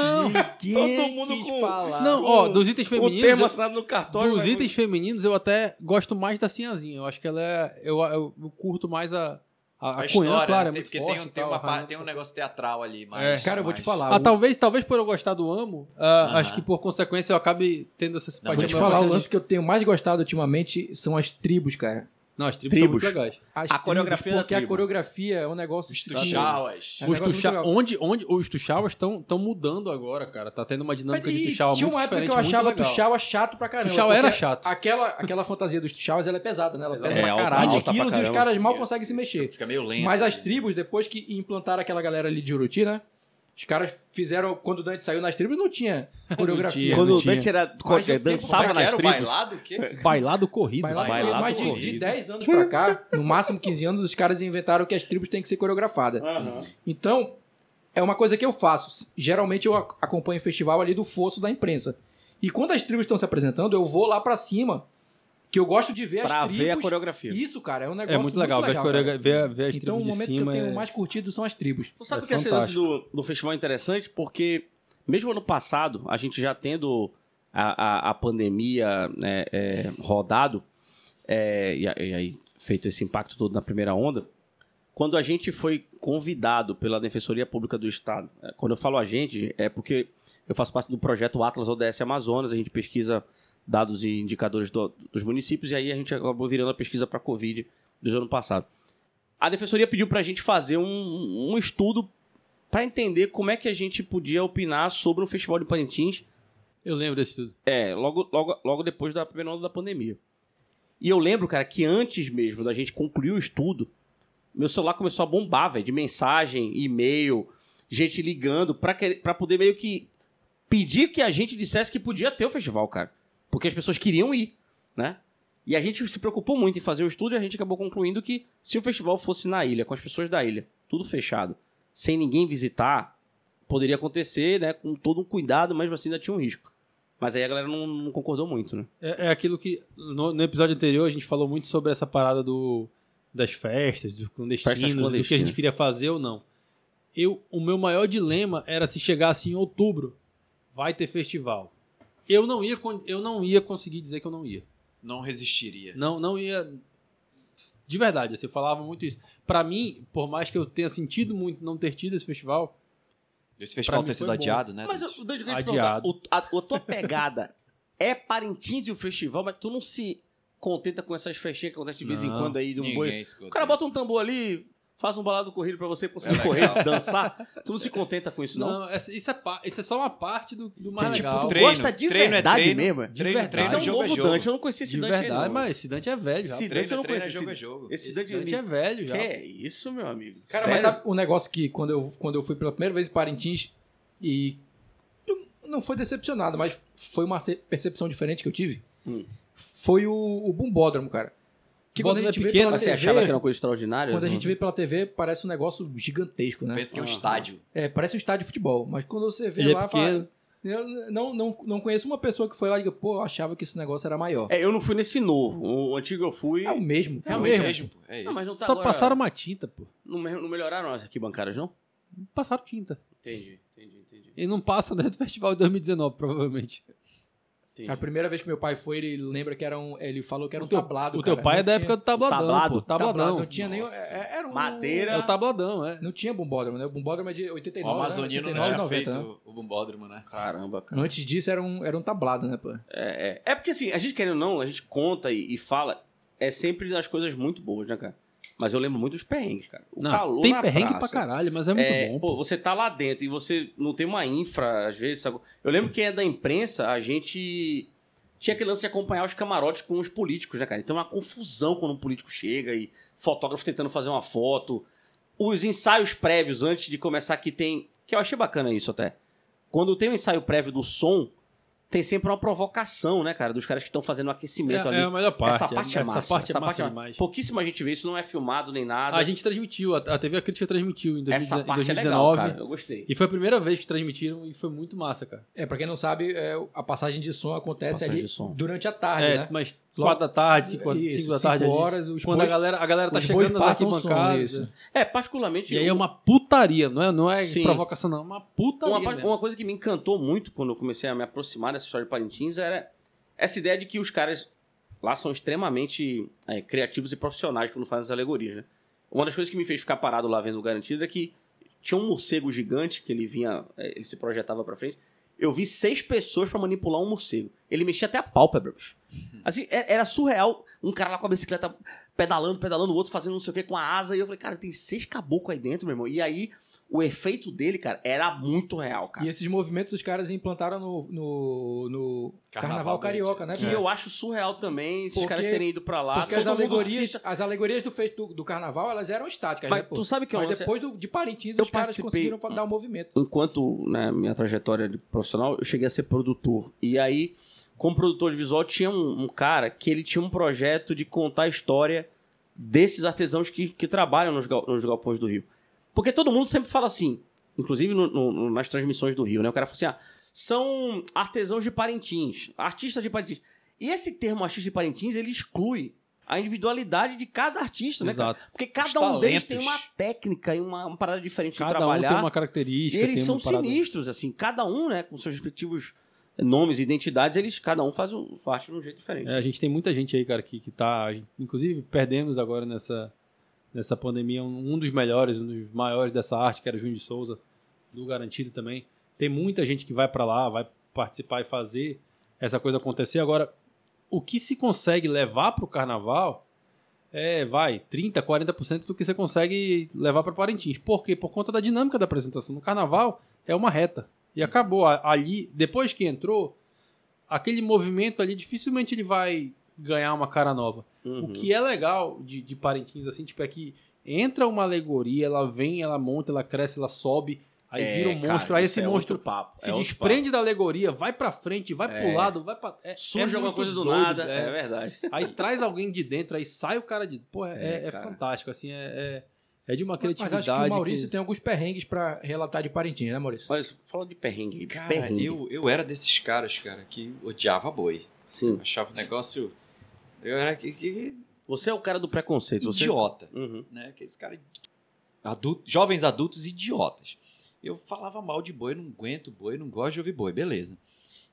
Speaker 1: Todo mundo
Speaker 5: quis
Speaker 1: com-
Speaker 5: falar.
Speaker 3: Não, ó, dos itens
Speaker 1: O
Speaker 3: femininos...
Speaker 1: termo
Speaker 3: eu-
Speaker 1: assinado no cartório.
Speaker 3: Dos
Speaker 1: vai-
Speaker 3: itens femininos, eu até gosto mais da Sinhazinha. Eu acho que ela é. Eu, eu, eu curto mais a. A,
Speaker 4: A,
Speaker 3: a,
Speaker 4: história,
Speaker 3: Cunhã, claro,
Speaker 4: né?
Speaker 3: é muito
Speaker 4: porque
Speaker 3: forte
Speaker 4: tem, um-
Speaker 3: e
Speaker 4: tem
Speaker 3: tal, É.
Speaker 4: uma
Speaker 3: a
Speaker 4: pa-
Speaker 3: Rainha-
Speaker 4: tem um negócio teatral ali, mas...
Speaker 5: Cara, eu vou te
Speaker 4: mas-
Speaker 5: falar.
Speaker 3: Ah,
Speaker 5: o-
Speaker 3: talvez, talvez por eu gostar do Amo, ah,
Speaker 4: Aham.
Speaker 3: acho que por consequência eu acabe tendo essa
Speaker 4: Não,
Speaker 3: simpatia.
Speaker 5: Vou te
Speaker 4: Pode
Speaker 3: pela
Speaker 5: falar, o
Speaker 3: Sinhazinha.
Speaker 5: lance que eu tenho mais gostado ultimamente são as tribos, cara.
Speaker 3: Não, as tribos,
Speaker 1: Tribos.
Speaker 3: são muito legais.
Speaker 5: As
Speaker 1: A
Speaker 5: tribos,
Speaker 1: coreografia da
Speaker 5: Porque a
Speaker 1: tribo.
Speaker 5: coreografia é um negócio...
Speaker 4: Os
Speaker 5: que-
Speaker 4: tuxauas.
Speaker 5: É um
Speaker 3: Os
Speaker 5: negócio muito
Speaker 3: tuxa...
Speaker 5: legal.
Speaker 3: onde, onde os Tuxauas estão mudando agora, cara. Tá tendo uma dinâmica de
Speaker 5: E
Speaker 3: Tuxaua muito
Speaker 5: tinha uma época
Speaker 3: diferente.
Speaker 5: que eu achava
Speaker 3: muito legal.
Speaker 5: Tuxaua chato pra caramba.
Speaker 3: Tuxaua era
Speaker 5: porque
Speaker 3: chato.
Speaker 5: Aquela, aquela fantasia dos Tuxauas, ela é pesada, né? Ela pesa
Speaker 1: É,
Speaker 5: pra
Speaker 1: alta-
Speaker 5: caralho, 20
Speaker 1: alta pra
Speaker 5: quilos e os
Speaker 1: caramba.
Speaker 5: caras mal
Speaker 4: Isso,
Speaker 5: conseguem se
Speaker 4: isso,
Speaker 5: mexer.
Speaker 4: Fica meio lento.
Speaker 5: Mas as
Speaker 4: ali.
Speaker 5: tribos, depois que implantaram aquela galera ali de Juruti, né? Os caras fizeram... Quando o Dante saiu nas tribos, não tinha coreografia.
Speaker 3: Não
Speaker 1: Quando o
Speaker 3: tinha.
Speaker 1: Dante era,
Speaker 5: Mas eu
Speaker 1: dançava
Speaker 3: um
Speaker 5: tenho-
Speaker 1: nas
Speaker 4: Era o
Speaker 1: tribos.
Speaker 4: bailado, o
Speaker 1: É.
Speaker 4: quê?
Speaker 3: Bailado corrido.
Speaker 5: Mas, lá,
Speaker 1: Bailado
Speaker 5: mas de,
Speaker 1: corrido.
Speaker 5: de 10 anos pra cá, no máximo 15 anos, os caras inventaram que as tribos têm que ser coreografadas. Então, é uma coisa que eu faço. Geralmente eu ac- acompanho o festival ali do fosso da imprensa. E quando as tribos estão se apresentando, eu vou lá pra cima, que eu gosto de ver
Speaker 1: Pra
Speaker 5: as tribos.
Speaker 1: ver a coreografia.
Speaker 5: Isso, cara, é um negócio
Speaker 3: É muito legal, ver as
Speaker 5: cara.
Speaker 3: coreogra- ver, ver as
Speaker 5: Então, o
Speaker 3: tribos de
Speaker 5: momento
Speaker 3: cima.
Speaker 5: que eu
Speaker 3: é-
Speaker 5: tenho mais curtido são as tribos.
Speaker 1: Tu sabe
Speaker 3: É
Speaker 1: o que esse lance do, do festival é interessante? Porque, mesmo ano passado, a gente já tendo a, a, a pandemia né, é, rodado, é, e, a- e aí feito esse impacto todo na primeira onda, quando a gente foi convidado pela Defensoria Pública do Estado, é, quando eu falo a gente, é porque eu faço parte do projeto Atlas ODS Amazonas, a gente pesquisa dados e indicadores do- dos municípios, e aí a gente acabou virando a pesquisa para a Covid do ano passado. A Defensoria pediu para a gente fazer um, um estudo para entender como é que a gente podia opinar sobre o Festival de Parintins
Speaker 3: Eu lembro desse tudo.
Speaker 1: é, logo, logo, logo depois da primeira onda da pandemia. E eu lembro, cara, que antes mesmo da gente concluir o estudo, meu celular começou a bombar, velho, de mensagem, e-mail, gente ligando pra, querer- pra poder meio que pedir que a gente dissesse que podia ter o festival, cara. Porque as pessoas queriam ir, né? E a gente se preocupou muito em fazer o estudo e a gente acabou concluindo que se o festival fosse na ilha, com as pessoas da ilha, tudo fechado, sem ninguém visitar, poderia acontecer, né? Com todo um cuidado, mas assim ainda tinha um risco. Mas aí a galera não, não concordou muito, né?
Speaker 3: É, é aquilo que no, no episódio anterior a gente falou muito sobre essa parada do, das festas, dos clandestinos,
Speaker 1: Festas
Speaker 3: do que a
Speaker 1: clandestinas.
Speaker 3: gente queria fazer ou não. Eu, o meu maior dilema era se chegasse em outubro, vai ter festival. Eu não ia, con- eu não ia conseguir dizer que eu não ia.
Speaker 4: Não resistiria.
Speaker 3: Não, não ia. De verdade, assim, eu falava muito isso. Pra mim, por mais que eu tenha sentido muito não ter tido esse festival,
Speaker 4: Esse festival
Speaker 3: Pra mim
Speaker 4: ter sido
Speaker 3: foi bom.
Speaker 4: adiado, né?
Speaker 1: É, Mas,
Speaker 4: Dante?
Speaker 1: eu- um Dante, eu queria te perguntar,
Speaker 3: Adiado.
Speaker 1: o, a, a tua pegada é Parintins e o festival, mas tu não se contenta com essas festinhas que acontecem de vez em
Speaker 3: Não,
Speaker 1: quando aí de um
Speaker 4: Ninguém
Speaker 1: boi?
Speaker 4: escuta.
Speaker 1: O cara bota um tambor ali, faz um balado corrido pra você conseguir
Speaker 4: É legal.
Speaker 1: correr, dançar. Tu não se contenta com isso, não?
Speaker 3: não, essa- isso, é, pa- isso é só uma parte do, do mais
Speaker 1: tipo,
Speaker 3: legal.
Speaker 1: tu
Speaker 4: treino,
Speaker 1: gosta de
Speaker 4: treino é
Speaker 1: verdade
Speaker 4: treino,
Speaker 1: mesmo? é?
Speaker 3: de
Speaker 4: Treino,
Speaker 3: verdade.
Speaker 4: treino,
Speaker 1: Esse é um
Speaker 4: jogo é
Speaker 1: novo
Speaker 4: jogo.
Speaker 1: Dante, eu não conhecia esse
Speaker 3: de
Speaker 1: Dante aí,
Speaker 3: verdade,
Speaker 1: não.
Speaker 3: mas esse Dante é velho já.
Speaker 1: Esse
Speaker 4: Treino,
Speaker 1: Dante eu não
Speaker 4: treino,
Speaker 1: conheço.
Speaker 4: jogo é
Speaker 1: esse-
Speaker 4: jogo.
Speaker 1: Esse
Speaker 3: Esse
Speaker 1: Dante
Speaker 3: Dante é velho já.
Speaker 1: Que é isso, meu amigo?
Speaker 5: Cara,
Speaker 1: Sério?
Speaker 5: mas sabe um negócio que quando eu, quando eu fui pela primeira vez em Parintins e eu não foi decepcionado, mas foi uma ce- percepção diferente que eu tive,
Speaker 1: Hum.
Speaker 5: foi o, o bumbódromo, cara. Que quando a
Speaker 3: Bumbódromo é
Speaker 5: gente vê
Speaker 3: pequeno,
Speaker 5: pela
Speaker 1: Mas você
Speaker 5: TV,
Speaker 1: achava que era uma coisa
Speaker 3: um
Speaker 1: extraordinária?
Speaker 5: quando a
Speaker 1: Não.
Speaker 5: gente vê pela TV, parece um negócio gigantesco, né?
Speaker 4: Pensa que é um
Speaker 1: Aham.
Speaker 4: estádio.
Speaker 5: É, parece um estádio de futebol, mas quando você vê
Speaker 3: Ele é
Speaker 5: lá, fala,
Speaker 3: pequeno.
Speaker 5: Eu não, não, não conheço uma pessoa que foi lá e diga, pô, eu achava que esse negócio era maior.
Speaker 1: É, eu não fui nesse novo. O antigo eu fui.
Speaker 5: É o mesmo.
Speaker 1: É o
Speaker 4: É
Speaker 1: mesmo.
Speaker 4: mesmo, pô. É isso.
Speaker 1: Não, mas não tá
Speaker 3: Só
Speaker 1: agora-
Speaker 3: passaram uma tinta, pô.
Speaker 1: Não, me- não melhoraram as arquibancadas, não?
Speaker 3: Passaram tinta.
Speaker 1: Entendi, entendi, entendi.
Speaker 3: E não passam dentro do festival de 2019, provavelmente.
Speaker 1: entendi.
Speaker 4: É,
Speaker 5: A primeira vez que meu pai foi, ele lembra que era um. Ele falou que era um tablado.
Speaker 3: o teu
Speaker 5: cara.
Speaker 3: pai
Speaker 5: Não
Speaker 3: é da
Speaker 5: tinha-
Speaker 3: época do tabladão,
Speaker 1: Tablado.
Speaker 3: pô. Tabladão.
Speaker 5: Tablado, Não tinha nem.
Speaker 1: Nossa.
Speaker 5: é- Era um.
Speaker 1: Madeira.
Speaker 3: É o tabladão, é.
Speaker 5: Não tinha bombódromo, né? O bombódromo é de
Speaker 4: O
Speaker 5: 89. né?
Speaker 4: amazonino não
Speaker 5: 89,
Speaker 4: tinha
Speaker 5: 90, né?
Speaker 4: feito o bombódromo, né?
Speaker 1: Caramba, cara.
Speaker 5: Antes disso era um, era um tablado, né, pô?
Speaker 1: É, é. É porque assim, a gente querendo ou não, a gente conta e, e fala, é sempre das coisas muito boas, né, cara? Mas eu lembro muito dos perrengues, cara. O
Speaker 3: Não,
Speaker 1: calor
Speaker 3: tem
Speaker 1: na
Speaker 3: perrengue
Speaker 1: praça.
Speaker 3: pra caralho, mas é muito
Speaker 1: É,
Speaker 3: bom.
Speaker 1: pô, você tá lá dentro e você não tem uma infra, às vezes. Sabe? Eu lembro que é da imprensa, a gente tinha aquele lance de acompanhar os camarotes com os políticos, né, cara? Então é uma confusão quando um político chega e fotógrafo tentando fazer uma foto. Os ensaios prévios antes de começar, que tem. Que eu achei bacana isso até. Quando tem um ensaio prévio do som, tem sempre uma provocação, né, cara? Dos caras que estão fazendo o aquecimento ali.
Speaker 3: melhor
Speaker 1: essa parte é, massa.
Speaker 3: Essa É, parte é massa demais.
Speaker 1: Pouquíssima gente vê, isso não é filmado nem nada.
Speaker 3: A gente transmitiu, a- a TV A Crítica transmitiu em 2019.
Speaker 1: Essa parte é legal, cara. Eu gostei.
Speaker 3: E foi a primeira vez que transmitiram e foi muito massa, cara.
Speaker 5: É, pra quem não sabe, é, a passagem de som acontece
Speaker 1: Passagem
Speaker 5: ali
Speaker 1: de som.
Speaker 5: durante a tarde,
Speaker 3: é,
Speaker 5: né?
Speaker 3: mas
Speaker 5: Logo-
Speaker 3: 4 da tarde, 5
Speaker 5: Isso,
Speaker 3: da tarde
Speaker 5: cinco
Speaker 3: ali.
Speaker 5: horas, os
Speaker 3: Quando
Speaker 5: bois-
Speaker 3: a galera, a galera tá
Speaker 5: os bois
Speaker 3: chegando nas
Speaker 5: passam o som,
Speaker 3: arquibancadas.
Speaker 5: isso.
Speaker 1: É, particularmente.
Speaker 3: E aí é
Speaker 1: eu-
Speaker 3: uma putaria, não é, não é
Speaker 1: Sim.
Speaker 3: provocação, não. É uma putaria.
Speaker 1: Uma, pa-
Speaker 3: mesmo.
Speaker 1: uma coisa que me encantou muito quando eu comecei a me aproximar dessa história de Parintins era essa ideia de que os caras lá são extremamente é, criativos e profissionais quando fazem as alegorias, né? Uma das coisas que me fez ficar parado lá vendo o Garantido é que tinha um morcego gigante que ele vinha, é, ele se projetava pra frente. Eu vi seis pessoas pra manipular um morcego. Ele mexia até a pálpebra, bicho. Assim, é- era surreal. Um cara lá com a bicicleta pedalando, pedalando, o outro fazendo não sei o que com a asa. E eu falei, cara, tem seis caboclos aí dentro, meu irmão. E aí, o efeito dele, cara, era muito real, cara.
Speaker 5: E esses movimentos os caras implantaram no, no, no Carnaval,
Speaker 4: Carnaval
Speaker 5: Carioca, né?
Speaker 1: que
Speaker 5: cara?
Speaker 1: eu acho surreal também, esses
Speaker 5: Porque-
Speaker 1: caras terem ido pra lá.
Speaker 5: Porque as
Speaker 1: todo mundo
Speaker 5: alegorias,
Speaker 1: cita-
Speaker 5: as alegorias do, fe- do, do Carnaval, elas eram estáticas, né,
Speaker 1: Mas
Speaker 5: pô?
Speaker 1: tu sabe que eu
Speaker 5: Mas depois do- de Parintins,
Speaker 1: Eu
Speaker 5: os caras
Speaker 1: participei-
Speaker 5: conseguiram fa- dar o movimento.
Speaker 1: enquanto na minha trajetória de profissional, eu cheguei a ser produtor. E aí, como produtor de visual, tinha um, um cara que ele tinha um projeto de contar a história desses artesãos que, que trabalham nos, gal- nos galpões do Rio. Porque todo mundo sempre fala assim, inclusive no- no- no- nas transmissões do Rio, né? O cara fala assim, ah, são artesãos de Parintins, artistas de Parintins. E esse termo artista de Parintins, ele exclui a individualidade de cada artista, né? cara?
Speaker 3: Exato.
Speaker 1: Porque
Speaker 3: Os
Speaker 1: cada um deles tem uma
Speaker 3: talentos.
Speaker 1: técnica e uma, uma parada diferente de
Speaker 3: Cada um
Speaker 1: trabalhar.
Speaker 3: tem uma
Speaker 1: E
Speaker 3: característica.
Speaker 1: eles
Speaker 3: tem
Speaker 1: são
Speaker 3: uma parada-
Speaker 1: sinistros, assim, cada um, né, com seus respectivos nomes e identidades, eles, cada um faz o faz de um jeito diferente.
Speaker 3: É, a gente tem muita gente aí, cara, que, que tá. a gente- Inclusive, perdemos agora nessa, nessa pandemia um, um dos melhores, um dos maiores dessa arte, que era o Júnior de Souza, do Garantido também. Tem muita gente que vai pra lá, vai participar e fazer essa coisa acontecer. Agora, o que se consegue levar pro carnaval é, vai, 30, 40% do que você consegue levar para Parintins. Por quê? Por conta da dinâmica da apresentação. No carnaval é uma reta. E acabou. A- Ali, depois que entrou, aquele movimento ali dificilmente ele vai ganhar uma cara nova.
Speaker 1: Uhum.
Speaker 3: O que é legal de, de Parintins, assim, tipo, é que entra uma alegoria, ela vem, ela monta, ela cresce, ela sobe, aí
Speaker 1: É,
Speaker 3: vira um
Speaker 1: cara,
Speaker 3: monstro, aí
Speaker 1: isso
Speaker 3: esse
Speaker 1: é
Speaker 3: monstro
Speaker 1: outro papo,
Speaker 3: se
Speaker 1: é outro
Speaker 3: desprende da alegoria, vai pra frente, vai
Speaker 1: É.
Speaker 3: pro lado, vai pra. é- é
Speaker 1: papo. Surge alguma
Speaker 3: muito
Speaker 1: coisa do
Speaker 3: doido,
Speaker 1: nada, é, verdade.
Speaker 3: Aí traz alguém de dentro, aí sai o cara de. Pô, é,
Speaker 1: É,
Speaker 3: é- é
Speaker 1: cara.
Speaker 3: fantástico, assim, é, é, é de uma
Speaker 5: Mas
Speaker 3: criatividade.
Speaker 5: acho que o Maurício
Speaker 3: que-
Speaker 5: tem alguns perrengues pra relatar de Parintins, né, Maurício?
Speaker 1: Mas fala de perrengue aí,
Speaker 4: Cara,
Speaker 1: perrengue.
Speaker 4: eu, eu era desses caras, cara, que odiava boi.
Speaker 1: Sim.
Speaker 4: Achava o negócio. Eu era que, que-
Speaker 1: Você é o cara do preconceito, você...
Speaker 4: idiota.
Speaker 1: Uhum.
Speaker 4: né? Que esse cara é adulto- jovens adultos idiotas. Eu falava mal de boi, não aguento boi, não gosto de ouvir boi, beleza.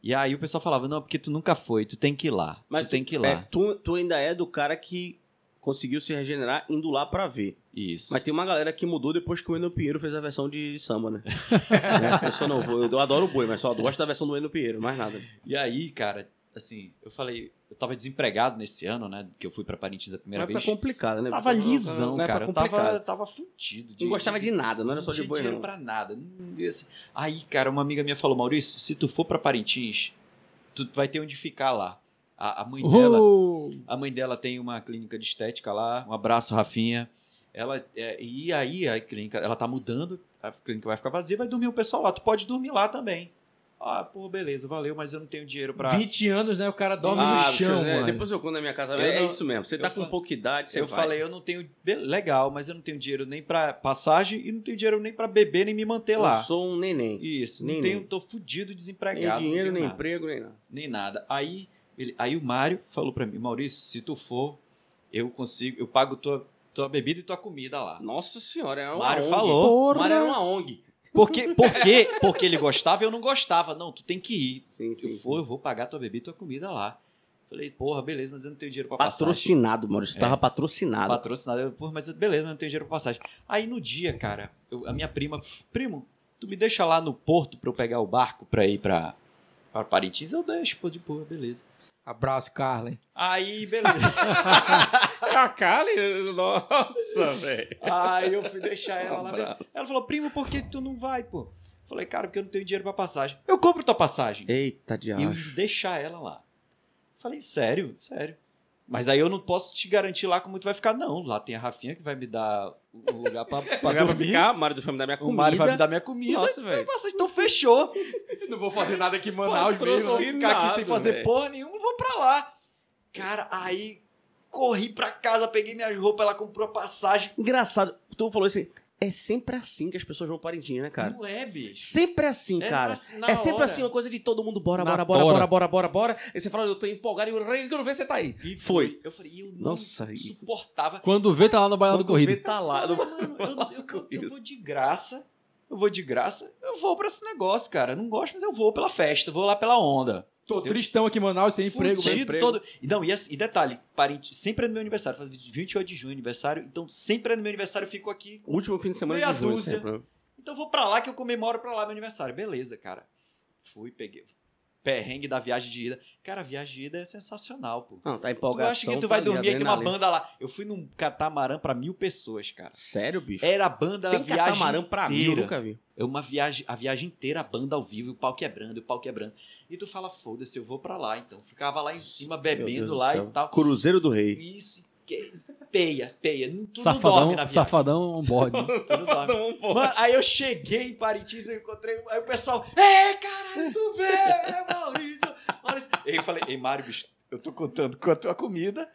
Speaker 4: E aí o pessoal falava, não, porque tu nunca foi, tu tem que ir lá.
Speaker 1: Mas
Speaker 4: tu tem que ir lá.
Speaker 1: É, tu, tu ainda é do cara que conseguiu se regenerar indo lá pra ver.
Speaker 4: Isso.
Speaker 1: Mas tem uma galera que mudou depois que o Eno Pinheiro fez a versão de samba, né? Né? Eu só não vou, eu adoro o boi, mas só gosto da versão do Eno Pinheiro, mais nada.
Speaker 4: E aí, cara, assim, eu falei, eu tava desempregado nesse ano, né? Que eu fui pra Parintins a primeira
Speaker 1: Mas pra
Speaker 4: vez.
Speaker 1: complicado, né?
Speaker 4: Tava lisão,
Speaker 1: Mas pra
Speaker 4: cara. Eu
Speaker 1: complicado.
Speaker 4: tava, tava fudido.
Speaker 1: Não gostava de nada, não era só de
Speaker 4: tinha
Speaker 1: boi,
Speaker 4: dinheiro
Speaker 1: não.
Speaker 4: pra nada. Não- e assim- Aí, cara, uma amiga minha falou, Maurício, se tu for pra Parintins, tu vai ter onde ficar lá. A, a mãe dela,
Speaker 3: Uh!
Speaker 4: a mãe dela tem uma clínica de estética lá. Um abraço, Rafinha. Ela é, e aí a clínica, ela tá mudando, a clínica vai ficar vazia, vai dormir o pessoal lá. Tu pode dormir lá também. Ah, pô, beleza, valeu, mas eu não tenho dinheiro pra.
Speaker 5: 20 anos, né? O cara dorme
Speaker 1: Ah,
Speaker 5: no
Speaker 1: você-
Speaker 5: chão,
Speaker 1: é,
Speaker 5: mano.
Speaker 1: Depois eu conto na minha casa.
Speaker 4: Eu
Speaker 1: É, é
Speaker 4: não-
Speaker 1: isso mesmo. Você
Speaker 4: eu
Speaker 1: tá com
Speaker 4: fa-
Speaker 1: pouca idade, você
Speaker 4: eu
Speaker 1: vai.
Speaker 4: falei, eu não tenho. Be- Legal, mas eu não tenho dinheiro nem pra passagem e não tenho dinheiro nem pra beber nem me manter lá.
Speaker 1: Eu sou um neném.
Speaker 4: Isso,
Speaker 1: Nem-
Speaker 4: não tenho, tô fudido,
Speaker 1: Nem
Speaker 4: desempregado.
Speaker 1: dinheiro,
Speaker 4: não
Speaker 1: nem
Speaker 4: tenho nada,
Speaker 1: emprego, nem nada.
Speaker 4: nem nada. Aí, ele, aí o Mário falou pra mim, Maurício, se tu for, eu consigo, eu pago tua, tua bebida e tua comida lá.
Speaker 1: Nossa senhora, era uma
Speaker 4: Mário
Speaker 1: ONG.
Speaker 4: falou.
Speaker 1: Mário era uma ONG.
Speaker 4: Porque, porque, porque ele gostava e eu não gostava. Não, tu tem que ir.
Speaker 1: Sim,
Speaker 4: Se eu for, eu vou pagar tua bebida e tua comida lá. Falei, porra, beleza, mas eu não tenho dinheiro pra passagem.
Speaker 1: Patrocinado, Maurício.
Speaker 4: É.
Speaker 1: Tava patrocinado.
Speaker 4: Patrocinado. Eu, Porra, mas beleza, mas eu não tenho dinheiro pra passagem. Aí no dia, cara, eu- a minha prima, primo, tu me deixa lá no porto pra eu pegar o barco pra ir pra, pra Parintins? Eu deixo, pô, de porra, beleza.
Speaker 5: Abraço, Carlen.
Speaker 4: Aí, beleza.
Speaker 5: Ah, Carlen?
Speaker 1: Nossa, velho.
Speaker 4: Aí eu fui deixar ela lá. Ela
Speaker 1: Abraço.
Speaker 4: falou, primo, por que tu não vai, pô? Eu Falei, cara, porque eu não tenho dinheiro pra passagem. Eu compro tua passagem.
Speaker 1: Eita,
Speaker 4: E eu
Speaker 1: diabo.
Speaker 4: ia deixar ela lá. Falei, sério, sério. Mas aí eu não posso te garantir lá como tu vai ficar, não. Lá tem a Rafinha que vai me dar o lugar pra, pra
Speaker 1: Pagar pra
Speaker 4: dormir.
Speaker 1: ficar, Mário do Filme da minha
Speaker 4: O
Speaker 1: comida.
Speaker 4: Mário vai me dar minha comida.
Speaker 1: Nossa, velho.
Speaker 4: Passagem, então fechou.
Speaker 5: Não vou fazer nada aqui em Manaus
Speaker 4: Manaus mesmo.
Speaker 5: mesmo.
Speaker 4: Ficar aqui sem
Speaker 1: Patrocinado,
Speaker 4: fazer
Speaker 1: velho.
Speaker 4: porra nenhuma, vou pra lá. Cara, aí corri pra casa, peguei minhas roupas, ela comprou a passagem.
Speaker 1: Engraçado, tu falou assim, é sempre assim que as pessoas vão parentinho, né, cara?
Speaker 4: Não é, bicho.
Speaker 1: Sempre assim,
Speaker 4: É
Speaker 1: cara.
Speaker 4: assim, na
Speaker 1: É sempre
Speaker 4: hora.
Speaker 1: assim, uma coisa de todo mundo, bora,
Speaker 5: Na
Speaker 1: bora, bora,
Speaker 5: tora.
Speaker 1: bora, bora, bora, bora. Aí você fala, eu tô empolgado e o rei, quando vê, você tá aí.
Speaker 4: E
Speaker 1: Foi.
Speaker 4: Eu falei, eu não
Speaker 1: Nossa, e-
Speaker 4: suportava.
Speaker 5: Quando vê, tá lá no bailado
Speaker 1: Quando vê,
Speaker 5: corrido.
Speaker 1: tá lá.
Speaker 4: Falei, mano, eu, eu- eu- eu vou de graça. Eu vou de graça. Eu vou pra esse negócio, cara. Não gosto, mas eu vou pela festa. Vou lá pela onda.
Speaker 5: Tô tristão aqui em Manaus, sem emprego.
Speaker 4: Fudido
Speaker 5: velho.
Speaker 4: todo. E, não, e, assim- e detalhe, parente, sempre é no meu aniversário. Faz 28 de junho aniversário. Então sempre é no meu aniversário. Eu fico aqui
Speaker 1: Último fim de semana
Speaker 4: Meia
Speaker 1: de junho,
Speaker 4: dúzia.
Speaker 1: sempre.
Speaker 4: Então eu vou pra lá que eu comemoro pra lá meu aniversário. Beleza, cara. Fui, peguei. Perrengue da viagem de ida. Cara, a viagem de ida é sensacional, pô.
Speaker 1: Não, tá
Speaker 4: Tu
Speaker 1: empolgação.
Speaker 4: acha que tu
Speaker 1: tá
Speaker 4: vai
Speaker 1: ali,
Speaker 4: dormir e tem uma
Speaker 1: adrenalina.
Speaker 4: banda lá. Eu fui num catamarã pra mil pessoas, cara.
Speaker 1: Sério, bicho?
Speaker 4: Era a banda a
Speaker 1: Tem
Speaker 4: É, viagem
Speaker 1: catamarã pra mim, eu
Speaker 4: inteira.
Speaker 1: nunca vi.
Speaker 4: É uma viagem, a viagem inteira, a banda ao vivo, e o pau quebrando, e o pau quebrando. E tu fala, foda-se, eu vou pra lá. Então, ficava lá em cima,
Speaker 1: Meu Deus
Speaker 4: bebendo
Speaker 1: do
Speaker 4: lá
Speaker 1: céu.
Speaker 4: e tal.
Speaker 1: Cruzeiro do Rei.
Speaker 4: Isso, que... peia, peia. Tu não dorme na
Speaker 5: Safadão, safadão
Speaker 4: viagem.
Speaker 5: on board.
Speaker 4: Tu não dorme. Mano, aí eu cheguei em Parintins, eu encontrei. um, Aí o pessoal, é, caralho, tu vê, é, Maurício. Maurício. Aí eu falei, ei, Mário, bicho, eu tô contando com a tua comida.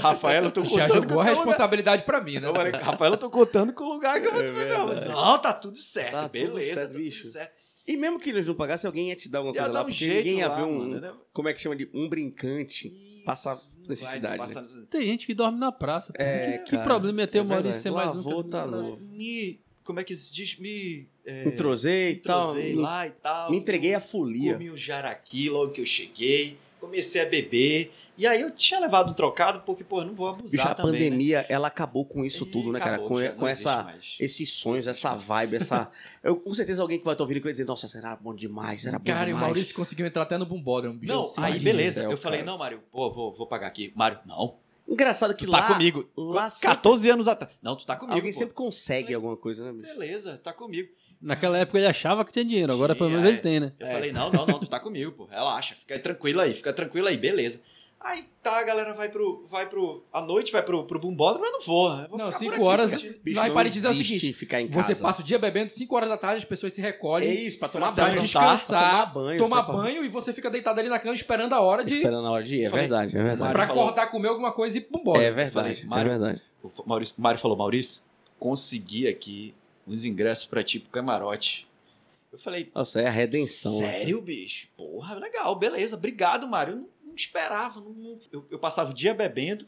Speaker 4: Rafael, eu tô
Speaker 5: Já
Speaker 4: contando com
Speaker 5: jogou
Speaker 4: o
Speaker 5: a
Speaker 4: teu lugar.
Speaker 5: responsabilidade pra mim, né?
Speaker 4: Eu falei, Rafael, eu tô contando com o lugar que eu vou te pegar. Eu falei, Não, tá tudo certo,
Speaker 1: Tá tudo
Speaker 4: beleza.
Speaker 1: certo,
Speaker 4: tá
Speaker 1: bicho.
Speaker 4: tudo certo.
Speaker 1: E mesmo que eles não pagassem, alguém ia te dar alguma
Speaker 4: Já
Speaker 1: coisa lá,
Speaker 4: dá um
Speaker 1: porque
Speaker 4: jeito
Speaker 1: ninguém ia
Speaker 4: lá,
Speaker 1: ver um,
Speaker 4: mano, né?
Speaker 1: como é que chama de, um brincante.
Speaker 4: Isso,
Speaker 1: Passar
Speaker 4: não vai, não
Speaker 1: necessidade,
Speaker 4: passa
Speaker 1: né?
Speaker 4: necessidade.
Speaker 5: Tem gente que dorme na praça. pô.
Speaker 1: É,
Speaker 5: que, que
Speaker 1: cara,
Speaker 5: problema ia ter
Speaker 1: é
Speaker 5: o Maurício
Speaker 1: verdade.
Speaker 5: ser mais um?
Speaker 1: Lavou,
Speaker 5: que-
Speaker 1: tá
Speaker 5: Mas-
Speaker 1: louco.
Speaker 4: Me, como é que se diz? Me. É,
Speaker 1: Entrosei Um e tal.
Speaker 4: entrosei
Speaker 1: me-
Speaker 4: lá e tal.
Speaker 1: Me entreguei à folia.
Speaker 4: Comi um jaraqui logo que eu cheguei, comecei a beber. E aí eu tinha levado um trocado, porque, pô, eu não vou abusar
Speaker 1: Bicho, a
Speaker 4: também, né?
Speaker 1: pandemia, ela acabou com isso
Speaker 4: E
Speaker 1: tudo, né, cara?
Speaker 4: acabou,
Speaker 1: Com,
Speaker 4: já não
Speaker 1: com
Speaker 4: existe
Speaker 1: essa,
Speaker 4: mais.
Speaker 1: esses sonhos, essa vibe, essa... Eu, com certeza alguém que vai estar ouvindo que vai dizer, nossa, será bom demais, era bom
Speaker 5: Cara, e o
Speaker 1: demais.
Speaker 5: Maurício conseguiu entrar até no Bumbódromo, bicho.
Speaker 4: Não,
Speaker 5: Sim,
Speaker 4: aí
Speaker 5: mas-
Speaker 4: beleza.
Speaker 1: céu,
Speaker 4: eu falei,
Speaker 1: cara.
Speaker 4: não, Mário, pô, vou, vou pagar aqui. Mário, não.
Speaker 1: Engraçado que
Speaker 4: Tu
Speaker 1: lá...
Speaker 4: tá comigo.
Speaker 1: lá
Speaker 4: 14 anos atrás. Não, tu tá comigo.
Speaker 1: Alguém
Speaker 4: pô.
Speaker 1: sempre consegue alguma coisa, né, bicho?
Speaker 4: Beleza, tá comigo.
Speaker 5: Naquela época ele achava que tinha dinheiro, agora pelo menos
Speaker 4: Tinha, é.
Speaker 5: ele tem, né?
Speaker 1: É.
Speaker 4: Eu falei, não, não, não, tu tá comigo, pô. Relaxa, fica tranquilo aí, fica tranquilo aí, beleza. Aí tá, a galera vai pro. Vai pro. À noite vai pro, pro bumbódromo, mas eu não vou. Eu vou
Speaker 5: Não,
Speaker 4: ficar por
Speaker 5: 5
Speaker 4: aqui,
Speaker 5: horas.
Speaker 4: cara.
Speaker 1: Bicho,
Speaker 5: lá em
Speaker 1: não
Speaker 5: Paris é o
Speaker 1: existe
Speaker 5: seguinte:
Speaker 1: ficar em
Speaker 5: você
Speaker 1: casa.
Speaker 5: passa o dia bebendo, 5 horas da tarde as pessoas se recolhem,
Speaker 1: É isso, pra tomar
Speaker 5: pra
Speaker 1: banho.
Speaker 5: descansar,
Speaker 1: pra tomar banho.
Speaker 5: tomar
Speaker 1: pra-
Speaker 5: banho e você fica deitado ali na cama tá esperando a hora de.
Speaker 1: Esperando a hora de ir, é
Speaker 4: Falei,
Speaker 1: verdade, é verdade.
Speaker 5: Pra
Speaker 4: Mário falou.
Speaker 5: acordar, comer alguma coisa e ir embora.
Speaker 1: É verdade,
Speaker 4: Falei, Mário,
Speaker 1: é verdade.
Speaker 4: O Maurício, o Mário falou, Maurício, consegui aqui uns ingressos pra ti pro camarote. Eu falei,
Speaker 1: Nossa, é a redenção. né?
Speaker 4: sério, bicho? Porra, legal, beleza, obrigado, Mário. Eu não, não esperava. não- não- Eu, eu passava o dia bebendo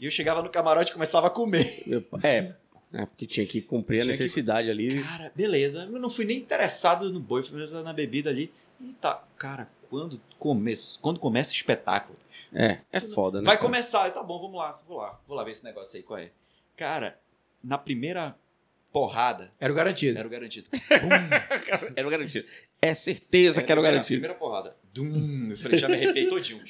Speaker 4: e eu chegava no camarote e começava a comer.
Speaker 1: Meu pa- É, é, porque tinha que cumprir a
Speaker 4: Tinha que-
Speaker 1: necessidade ali.
Speaker 4: Cara, beleza. Eu não fui nem interessado no boi, fui mais na bebida ali. E tá, cara, quando começa, quando começa o espetáculo?
Speaker 1: É, é foda, né?
Speaker 4: Vai
Speaker 1: cara?
Speaker 4: começar, eu, tá bom, vamos lá, vou lá, vou lá ver esse negócio aí, qual é. Cara, na primeira porrada,
Speaker 5: Era o garantido.
Speaker 4: era o garantido.
Speaker 1: Quero garantir. É certeza, quero
Speaker 4: Primeira-
Speaker 1: garantir.
Speaker 4: Primeira porrada. Dum. Eu falei, já me arrepiei todinho.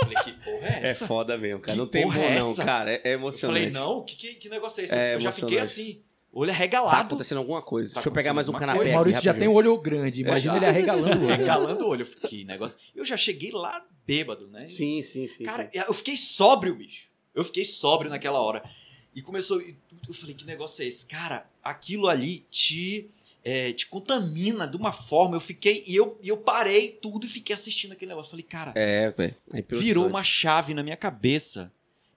Speaker 4: Falei, que porra é
Speaker 1: É
Speaker 4: essa?
Speaker 1: foda mesmo, cara.
Speaker 4: Que
Speaker 1: Não tem
Speaker 4: porra
Speaker 1: bom,
Speaker 4: é
Speaker 1: não,
Speaker 4: essa?
Speaker 1: cara. É, é
Speaker 4: eu falei,
Speaker 1: emocionante.
Speaker 4: não, que, que, que negócio é esse?
Speaker 1: É
Speaker 4: eu já fiquei assim, olho
Speaker 1: Tá
Speaker 4: arregalado,
Speaker 1: acontecendo alguma coisa.
Speaker 4: Tá
Speaker 1: Deixa eu pegar mais um
Speaker 4: acontecendo
Speaker 1: canapé.
Speaker 4: alguma
Speaker 5: O
Speaker 1: aqui,
Speaker 5: Maurício já tem
Speaker 1: rapidinho.
Speaker 5: um olho grande, imagina
Speaker 4: já.
Speaker 5: ele arregalando o olho.
Speaker 4: regalando o olho. Eu fiquei, Que negócio. Eu já cheguei lá bêbado, né?
Speaker 1: Sim, sim, sim.
Speaker 4: Cara,
Speaker 1: sim.
Speaker 4: eu fiquei sóbrio, bicho. Eu fiquei sóbrio naquela hora. E começou. e Eu falei, que negócio é esse? Cara, aquilo ali te. é, te contamina de uma forma. Eu fiquei. E eu, e eu parei tudo e fiquei assistindo aquele negócio. Falei, cara,
Speaker 1: É, velho. É impressionante.
Speaker 4: virou uma chave na minha cabeça.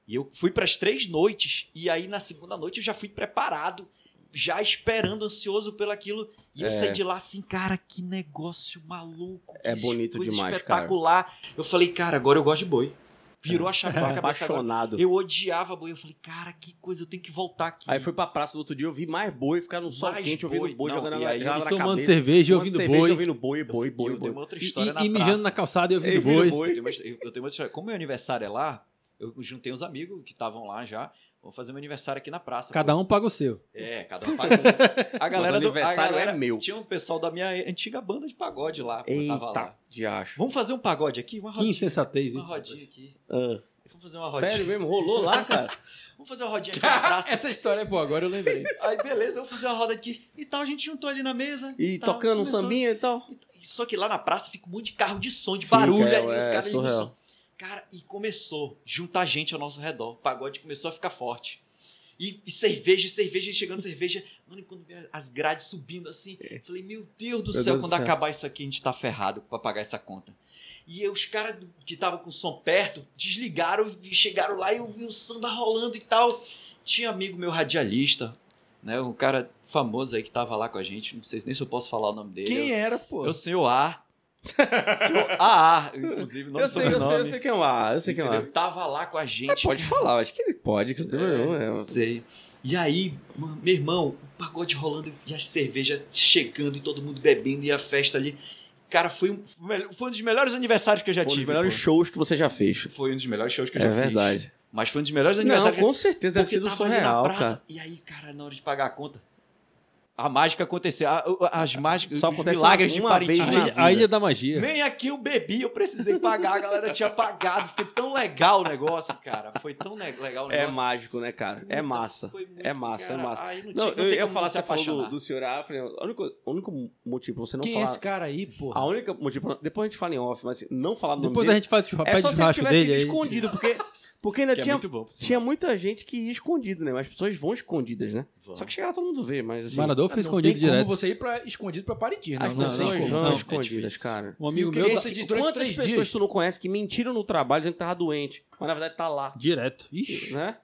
Speaker 4: E eu fui para as três noites, e aí na segunda noite eu já fui preparado, já esperando, ansioso pelo aquilo. E eu saí de lá assim, cara, que negócio maluco.
Speaker 1: É
Speaker 4: que
Speaker 1: bonito
Speaker 4: coisa
Speaker 1: demais, cara.
Speaker 4: espetacular. Eu falei, cara, agora eu gosto de boi. Virou a chave na minha cabeça. agora.
Speaker 1: É. apaixonado.
Speaker 4: Eu odiava boi. Eu falei, cara, que coisa, eu tenho que voltar aqui.
Speaker 1: Aí fui pra praça do outro dia, eu vi mais boi, ficar no sol
Speaker 4: Mais
Speaker 1: quente,
Speaker 4: boi.
Speaker 1: ouvindo boi,
Speaker 4: Não,
Speaker 1: jogando
Speaker 4: e
Speaker 1: na,
Speaker 4: aí
Speaker 1: jogando
Speaker 4: eu
Speaker 1: na
Speaker 3: Tomando
Speaker 1: cabeça.
Speaker 3: cerveja e
Speaker 1: Tomando
Speaker 3: ouvindo
Speaker 1: cerveja,
Speaker 3: boi.
Speaker 1: ouvindo boi, boi,
Speaker 4: eu,
Speaker 1: boi,
Speaker 4: eu tenho
Speaker 1: boi.
Speaker 4: uma outra
Speaker 3: E,
Speaker 4: história na
Speaker 3: e mijando na
Speaker 4: praça.
Speaker 3: calçada e
Speaker 1: Ei,
Speaker 3: ouvindo
Speaker 1: vira
Speaker 3: boi.
Speaker 1: boi.
Speaker 4: Eu tenho uma histó- Eu, eu tenho uma história. Como meu aniversário é lá, eu juntei uns amigos que estavam lá já. Vou fazer meu aniversário aqui na praça.
Speaker 3: Cada um paga o seu.
Speaker 4: É, cada um paga. o seu. A galera do
Speaker 1: aniversário
Speaker 4: a galera,
Speaker 1: é meu.
Speaker 4: Tinha um pessoal da minha antiga banda de pagode lá. quando eu tava
Speaker 1: Eita,
Speaker 4: lá.
Speaker 1: diacho.
Speaker 4: Vamos fazer um pagode aqui? Uma
Speaker 3: Que
Speaker 4: rodinha.
Speaker 3: insensatez
Speaker 4: Uma
Speaker 3: isso.
Speaker 4: rodinha aqui.
Speaker 1: Ah.
Speaker 4: Vamos fazer uma rodinha.
Speaker 1: Sério mesmo, rolou lá, cara?
Speaker 4: Vamos fazer uma rodinha aqui na praça.
Speaker 5: Essa história é boa, agora eu lembrei.
Speaker 4: Aí, beleza, vamos fazer uma roda aqui. E tal, a gente juntou ali na mesa.
Speaker 1: E
Speaker 4: tal,
Speaker 1: tocando um
Speaker 4: então, começou.
Speaker 1: sambinha e tal.
Speaker 4: E- Só que lá na praça fica um monte de carro de som, de barulho
Speaker 1: é,
Speaker 4: ali, os
Speaker 1: é,
Speaker 4: caras ali no
Speaker 1: surreal.
Speaker 4: som. Cara, e começou juntar gente ao nosso redor. O pagode começou a ficar forte. E, e cerveja, cerveja, e chegando cerveja. Mano, e quando vê as grades subindo assim, eu falei, meu Deus do
Speaker 1: É. Meu
Speaker 4: céu,
Speaker 1: Deus do
Speaker 4: quando
Speaker 1: céu.
Speaker 4: acabar isso aqui, a gente tá ferrado pra pagar essa conta. E eu- os caras do- que estavam com o som perto desligaram e chegaram lá e o, e o samba rolando e tal. Tinha amigo meu radialista, né? Um cara famoso aí que tava lá com a gente. Não sei nem se eu posso falar o nome dele. Eu-
Speaker 5: Quem era, pô?
Speaker 4: é o senhor A. senhor AA, inclusive, nome
Speaker 1: Eu sei, eu sei, eu sei quem é o A, eu sei quem é o A.
Speaker 4: Entendeu? Tava lá É, com a
Speaker 1: Ah,
Speaker 4: gente.
Speaker 1: Pode
Speaker 4: cara.
Speaker 1: falar, eu acho que ele pode, que não tem problema.
Speaker 4: Não
Speaker 1: é.
Speaker 4: sei. E aí, mano, meu irmão, o pagode rolando e as cervejas chegando e todo mundo bebendo e a festa ali. Cara, foi um, foi o melhor- foi um dos melhores aniversários que eu já
Speaker 1: Foi um
Speaker 4: tive.
Speaker 1: dos melhores
Speaker 4: pô.
Speaker 1: shows que você já fez.
Speaker 4: Foi um dos melhores shows que eu
Speaker 1: É
Speaker 4: já fiz.
Speaker 1: verdade.
Speaker 4: Mas foi um dos melhores
Speaker 1: Não,
Speaker 4: aniversários que
Speaker 1: com certeza deve
Speaker 4: porque
Speaker 1: ser do
Speaker 4: tava ali
Speaker 1: surreal,
Speaker 4: na praça.
Speaker 1: cara.
Speaker 4: E aí, cara, na hora de pagar a conta, a mágica aconteceu. A- As mágicas,
Speaker 1: Só
Speaker 4: os
Speaker 1: acontece
Speaker 4: milagres de
Speaker 1: uma
Speaker 4: Parintins.
Speaker 1: vez na
Speaker 3: A ilha,
Speaker 1: vida.
Speaker 3: a ilha da magia.
Speaker 4: Nem aqui eu bebi, eu precisei pagar, a galera tinha pagado. Fiquei tão legal o negócio, cara. Foi tão ne- legal o
Speaker 1: É
Speaker 4: um negócio.
Speaker 1: mágico, né, cara? É
Speaker 4: Puta,
Speaker 1: massa.
Speaker 4: foi muito,
Speaker 1: É massa, é massa.
Speaker 4: Aí
Speaker 1: Não,
Speaker 4: não, tinha, não
Speaker 1: eu
Speaker 4: tem
Speaker 1: ia
Speaker 4: como
Speaker 1: falar,
Speaker 4: não se
Speaker 1: você falou do,
Speaker 4: apaixonar.
Speaker 1: do senhor A, eu falei, o único, o único motivo pra você não
Speaker 5: Quem é
Speaker 1: falar...
Speaker 5: esse cara aí, pô?
Speaker 1: a única motivo... pra- Depois a gente fala em off, mas assim, não falar do nome
Speaker 3: Depois a
Speaker 1: dele...
Speaker 3: gente faz o
Speaker 1: é
Speaker 3: papel
Speaker 1: só
Speaker 3: de
Speaker 1: se ele
Speaker 3: racho
Speaker 1: tivesse
Speaker 3: dele. aí-
Speaker 1: escondido, porque, porque ainda
Speaker 4: Que é
Speaker 1: tinha,
Speaker 4: muito bom. por sinal.
Speaker 1: tinha muita gente que ia escondido, né? Mas as pessoas vão escondidas, né?
Speaker 4: Vão.
Speaker 1: Só que chegar lá todo mundo vê, mas assim...
Speaker 3: Maradona foi escondido
Speaker 5: tem
Speaker 3: direto.
Speaker 5: como você ir pra, escondido pra Parintins, não.
Speaker 1: as
Speaker 5: não, É não,
Speaker 1: pessoas
Speaker 5: não,
Speaker 1: vão
Speaker 5: não.
Speaker 1: escondidas, cara.
Speaker 3: Um amigo
Speaker 5: Porque
Speaker 3: meu.
Speaker 5: eu
Speaker 3: da-
Speaker 5: sei de- durante
Speaker 1: Quantas
Speaker 5: três
Speaker 1: pessoas
Speaker 5: dias.
Speaker 1: tu não conhece que mentiram no trabalho dizendo que tava doente, mas na verdade tá lá,
Speaker 3: Direto. Ixi.
Speaker 1: né?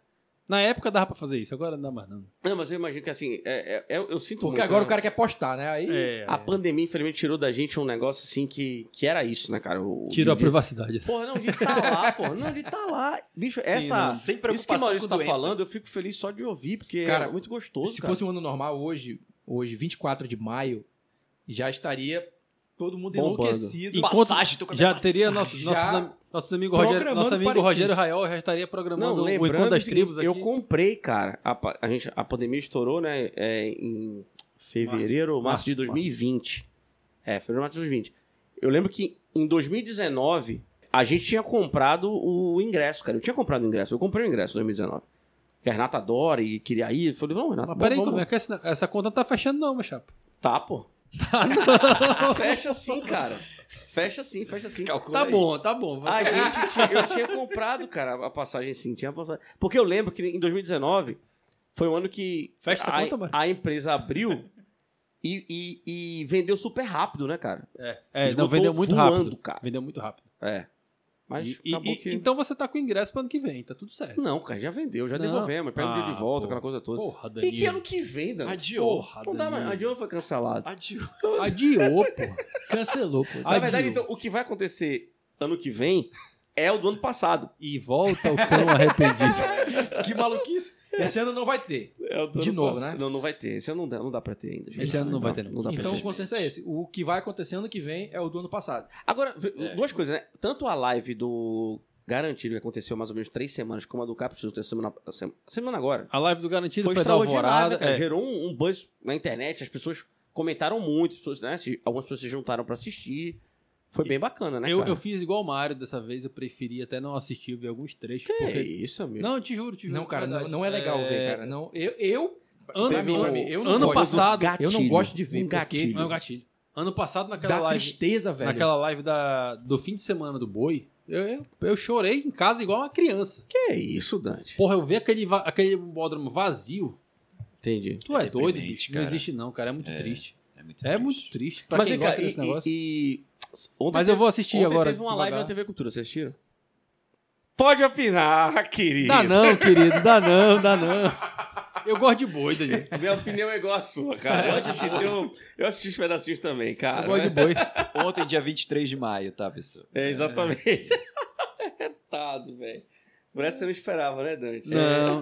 Speaker 3: Na época dava pra fazer isso, agora não dá mais, não.
Speaker 1: Não, mas eu imagino que assim, é, é- é- eu sinto
Speaker 5: Porque
Speaker 1: muito,
Speaker 5: agora
Speaker 1: né?
Speaker 5: o cara quer postar, né? Aí
Speaker 3: É.
Speaker 1: A pandemia, infelizmente, tirou da gente um negócio assim que, que era isso, né, cara? O,
Speaker 3: Tirou a
Speaker 1: de- de-
Speaker 3: privacidade.
Speaker 1: Porra, não, de tá lá, porra. Não, de tá lá. Bicho, essa.
Speaker 4: né? Sem
Speaker 1: Isso que
Speaker 4: preocupação
Speaker 1: o Maurício
Speaker 4: com
Speaker 1: tá
Speaker 4: doença.
Speaker 1: falando, eu fico feliz só de ouvir, porque
Speaker 5: Cara,
Speaker 1: é muito gostoso.
Speaker 5: Se
Speaker 1: cara.
Speaker 5: fosse um ano normal hoje, hoje, 24 de maio, já estaria todo mundo
Speaker 1: Bombando.
Speaker 5: enlouquecido.
Speaker 3: Enquanto-
Speaker 4: Passagem, tô com a minha
Speaker 3: Já teria nosso,
Speaker 5: Já
Speaker 3: nossos, am- nossos amigos Rogério,
Speaker 5: programando
Speaker 3: nosso amigo
Speaker 5: Parintins.
Speaker 3: Rogério Raiol já estaria
Speaker 1: Não,
Speaker 3: programando o
Speaker 1: lembrando
Speaker 3: encontro das
Speaker 1: o seguinte,
Speaker 3: tribos aqui.
Speaker 1: Eu comprei, cara. A, pa- a gente, a pandemia estourou, né? é, em fevereiro, março,
Speaker 3: Março,
Speaker 1: de 2020. É, fevereiro, março de 2020. Eu lembro que em 2019 a gente tinha comprado o ingresso, cara. Eu tinha comprado o ingresso. Eu comprei o ingresso em 2019. Que a Renata adora e queria ir. Eu falei, não, Renata,
Speaker 3: Mas peraí,
Speaker 1: vamos-
Speaker 3: como é que essa, essa conta não tá fechando, não, meu chapa?
Speaker 1: Tá, pô.
Speaker 3: Ah,
Speaker 1: fecha assim, cara. Fecha assim, fecha assim.
Speaker 4: Calcula aí.
Speaker 3: tá bom.
Speaker 1: A gente tinha- eu tinha comprado, cara, a passagem sim, tinha passagem. Porque eu lembro que em 2019 foi o ano que
Speaker 3: Fecha essa
Speaker 1: a,
Speaker 3: conta, mano.
Speaker 1: a empresa abriu e, e- e vendeu super rápido, né, cara?
Speaker 3: É, não,
Speaker 1: esgotou
Speaker 3: vendeu muito
Speaker 1: voando,
Speaker 3: rápido.
Speaker 1: cara.
Speaker 3: Vendeu muito rápido.
Speaker 1: É. Mas
Speaker 3: E- e-
Speaker 1: acabou
Speaker 3: e-
Speaker 1: que...
Speaker 3: Então você tá com ingresso pro ano que vem, tá tudo certo.
Speaker 1: Não, cara, já vendeu, já
Speaker 3: Não.
Speaker 1: devolvemos, pega o dia
Speaker 3: Ah,
Speaker 1: de volta,
Speaker 3: pô.
Speaker 1: aquela coisa toda.
Speaker 3: Porra,
Speaker 1: e que é? ano
Speaker 3: Danilo.
Speaker 1: que vem, Dani?
Speaker 4: Adiou.
Speaker 1: Não dá mais,
Speaker 3: Danilo.
Speaker 1: a Dion foi cancelada.
Speaker 4: Adiou.
Speaker 5: Adiou, pô. Cancelou, pô.
Speaker 1: Na verdade, então, o que vai acontecer ano que vem é o do ano passado.
Speaker 3: E volta o cão arrependido.
Speaker 5: Que maluquice. Esse ano não vai ter.
Speaker 1: É o do
Speaker 5: De
Speaker 1: ano
Speaker 5: novo,
Speaker 1: passado.
Speaker 5: né?
Speaker 1: Não, não vai ter. Esse ano não dá, não dá pra ter ainda. gente.
Speaker 3: Esse ano não vai ter, não.
Speaker 1: Não dá pra
Speaker 5: Então o
Speaker 1: ter.
Speaker 5: consenso é esse. O que vai acontecer ano que vem é o do ano passado.
Speaker 1: Agora, v-
Speaker 3: É.
Speaker 1: duas coisas, né? Tanto a live do Garantido, que aconteceu mais ou menos três semanas, como a do Capri Sujo, semana, sem- semana agora.
Speaker 3: A live do Garantido
Speaker 1: Foi
Speaker 3: foi, da
Speaker 5: né,
Speaker 1: extraordinária,
Speaker 3: Alvorada.
Speaker 1: cara.
Speaker 3: é.
Speaker 1: Gerou um, um buzz na internet, as pessoas comentaram muito, as pessoas, né? Se- algumas pessoas se juntaram pra assistir. Foi bem bacana, né,
Speaker 3: eu,
Speaker 1: cara?
Speaker 3: eu fiz igual o Mário dessa vez, eu preferi até não assistir, ver alguns trechos.
Speaker 1: Que
Speaker 3: porque-
Speaker 1: isso, amigo.
Speaker 3: Não, eu te juro, te juro.
Speaker 5: Não, cara,
Speaker 3: de
Speaker 5: não,
Speaker 3: verdade.
Speaker 5: não é legal ver, cara. Não, eu, eu
Speaker 3: Ano,
Speaker 5: pra mim, pra mim, eu não
Speaker 3: ano
Speaker 5: gosto.
Speaker 3: passado,
Speaker 5: eu não gosto de ver,
Speaker 1: Um
Speaker 5: porque-
Speaker 1: gatilho.
Speaker 3: Não é um gatilho. Ano passado, naquela
Speaker 5: dá
Speaker 3: live,
Speaker 5: tristeza, velho.
Speaker 3: naquela live da, do fim de semana do boi, eu, eu, eu chorei em casa igual uma criança.
Speaker 1: Que isso, Dante?
Speaker 3: Porra, eu ver aquele, va- aquele bódromo vazio.
Speaker 1: Entendi.
Speaker 3: Tu é, doido,
Speaker 4: deprimente,
Speaker 3: bicho.
Speaker 4: cara.
Speaker 3: Não existe, não, cara. É muito triste.
Speaker 4: É É muito
Speaker 3: É
Speaker 4: triste.
Speaker 3: muito triste. Pra quem
Speaker 1: vem cá,
Speaker 3: gosta desse
Speaker 1: e-
Speaker 3: negócio.
Speaker 1: e- e- ontem
Speaker 3: Mas
Speaker 1: teve-
Speaker 3: eu vou assistir
Speaker 1: ontem
Speaker 3: agora.
Speaker 1: teve uma live na
Speaker 3: devagar.
Speaker 1: TV Cultura, vocês assistiram? Pode opinar, querido.
Speaker 3: Dá não, querido. Dá não, dá não. Eu gosto de boi, Daniel.
Speaker 1: Minha opinião é igual a sua, cara. Eu assisti, eu, eu assisti os pedacinhos também,
Speaker 3: Eu
Speaker 1: cara.
Speaker 3: gosto de boi.
Speaker 4: Ontem, dia 23 de maio, tá, pessoal?
Speaker 1: É, exatamente. Retado, velho. Por essa você não esperava, né, Dante?
Speaker 3: Não, não.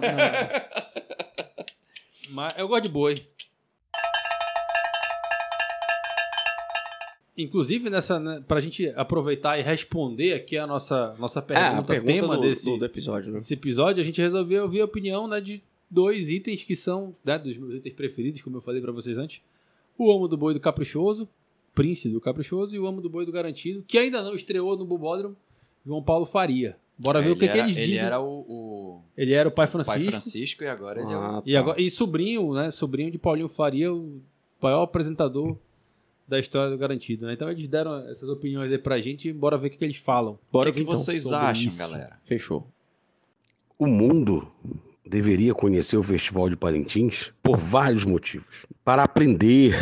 Speaker 3: Mas eu gosto de boi. Inclusive, nessa, né, pra gente aproveitar e responder aqui a nossa, nossa
Speaker 10: É,
Speaker 3: pergunta,
Speaker 10: a pergunta
Speaker 3: tema
Speaker 10: do,
Speaker 3: desse,
Speaker 10: do, do episódio, né?
Speaker 3: desse episódio, a gente resolveu ouvir a opinião né, de dois itens que são né, dos meus itens preferidos, como eu falei pra vocês antes. O Amo do Boi do Caprichoso, Prince do Caprichoso, e o Amo do Boi do Garantido, que ainda não estreou no Bubódromo, João Paulo Faria. Bora ver o
Speaker 4: É,
Speaker 3: que,
Speaker 4: ele
Speaker 3: que
Speaker 4: era,
Speaker 3: eles
Speaker 4: Ele
Speaker 3: dizem.
Speaker 4: era o, o
Speaker 3: Ele era o pai Francisco.
Speaker 4: pai Francisco e agora ele é o...
Speaker 10: Ah,
Speaker 3: E, agora, e sobrinho, né? Sobrinho de Paulinho Faria, o maior apresentador da história do Garantido, né? Então eles deram essas opiniões aí pra gente, bora ver o que, que eles falam.
Speaker 4: O
Speaker 10: Bora
Speaker 4: que, que
Speaker 1: então,
Speaker 4: vocês
Speaker 10: sobre
Speaker 4: acham,
Speaker 10: isso.
Speaker 4: galera?
Speaker 10: Fechou.
Speaker 9: O mundo deveria conhecer o Festival de Parintins por vários motivos. Para aprender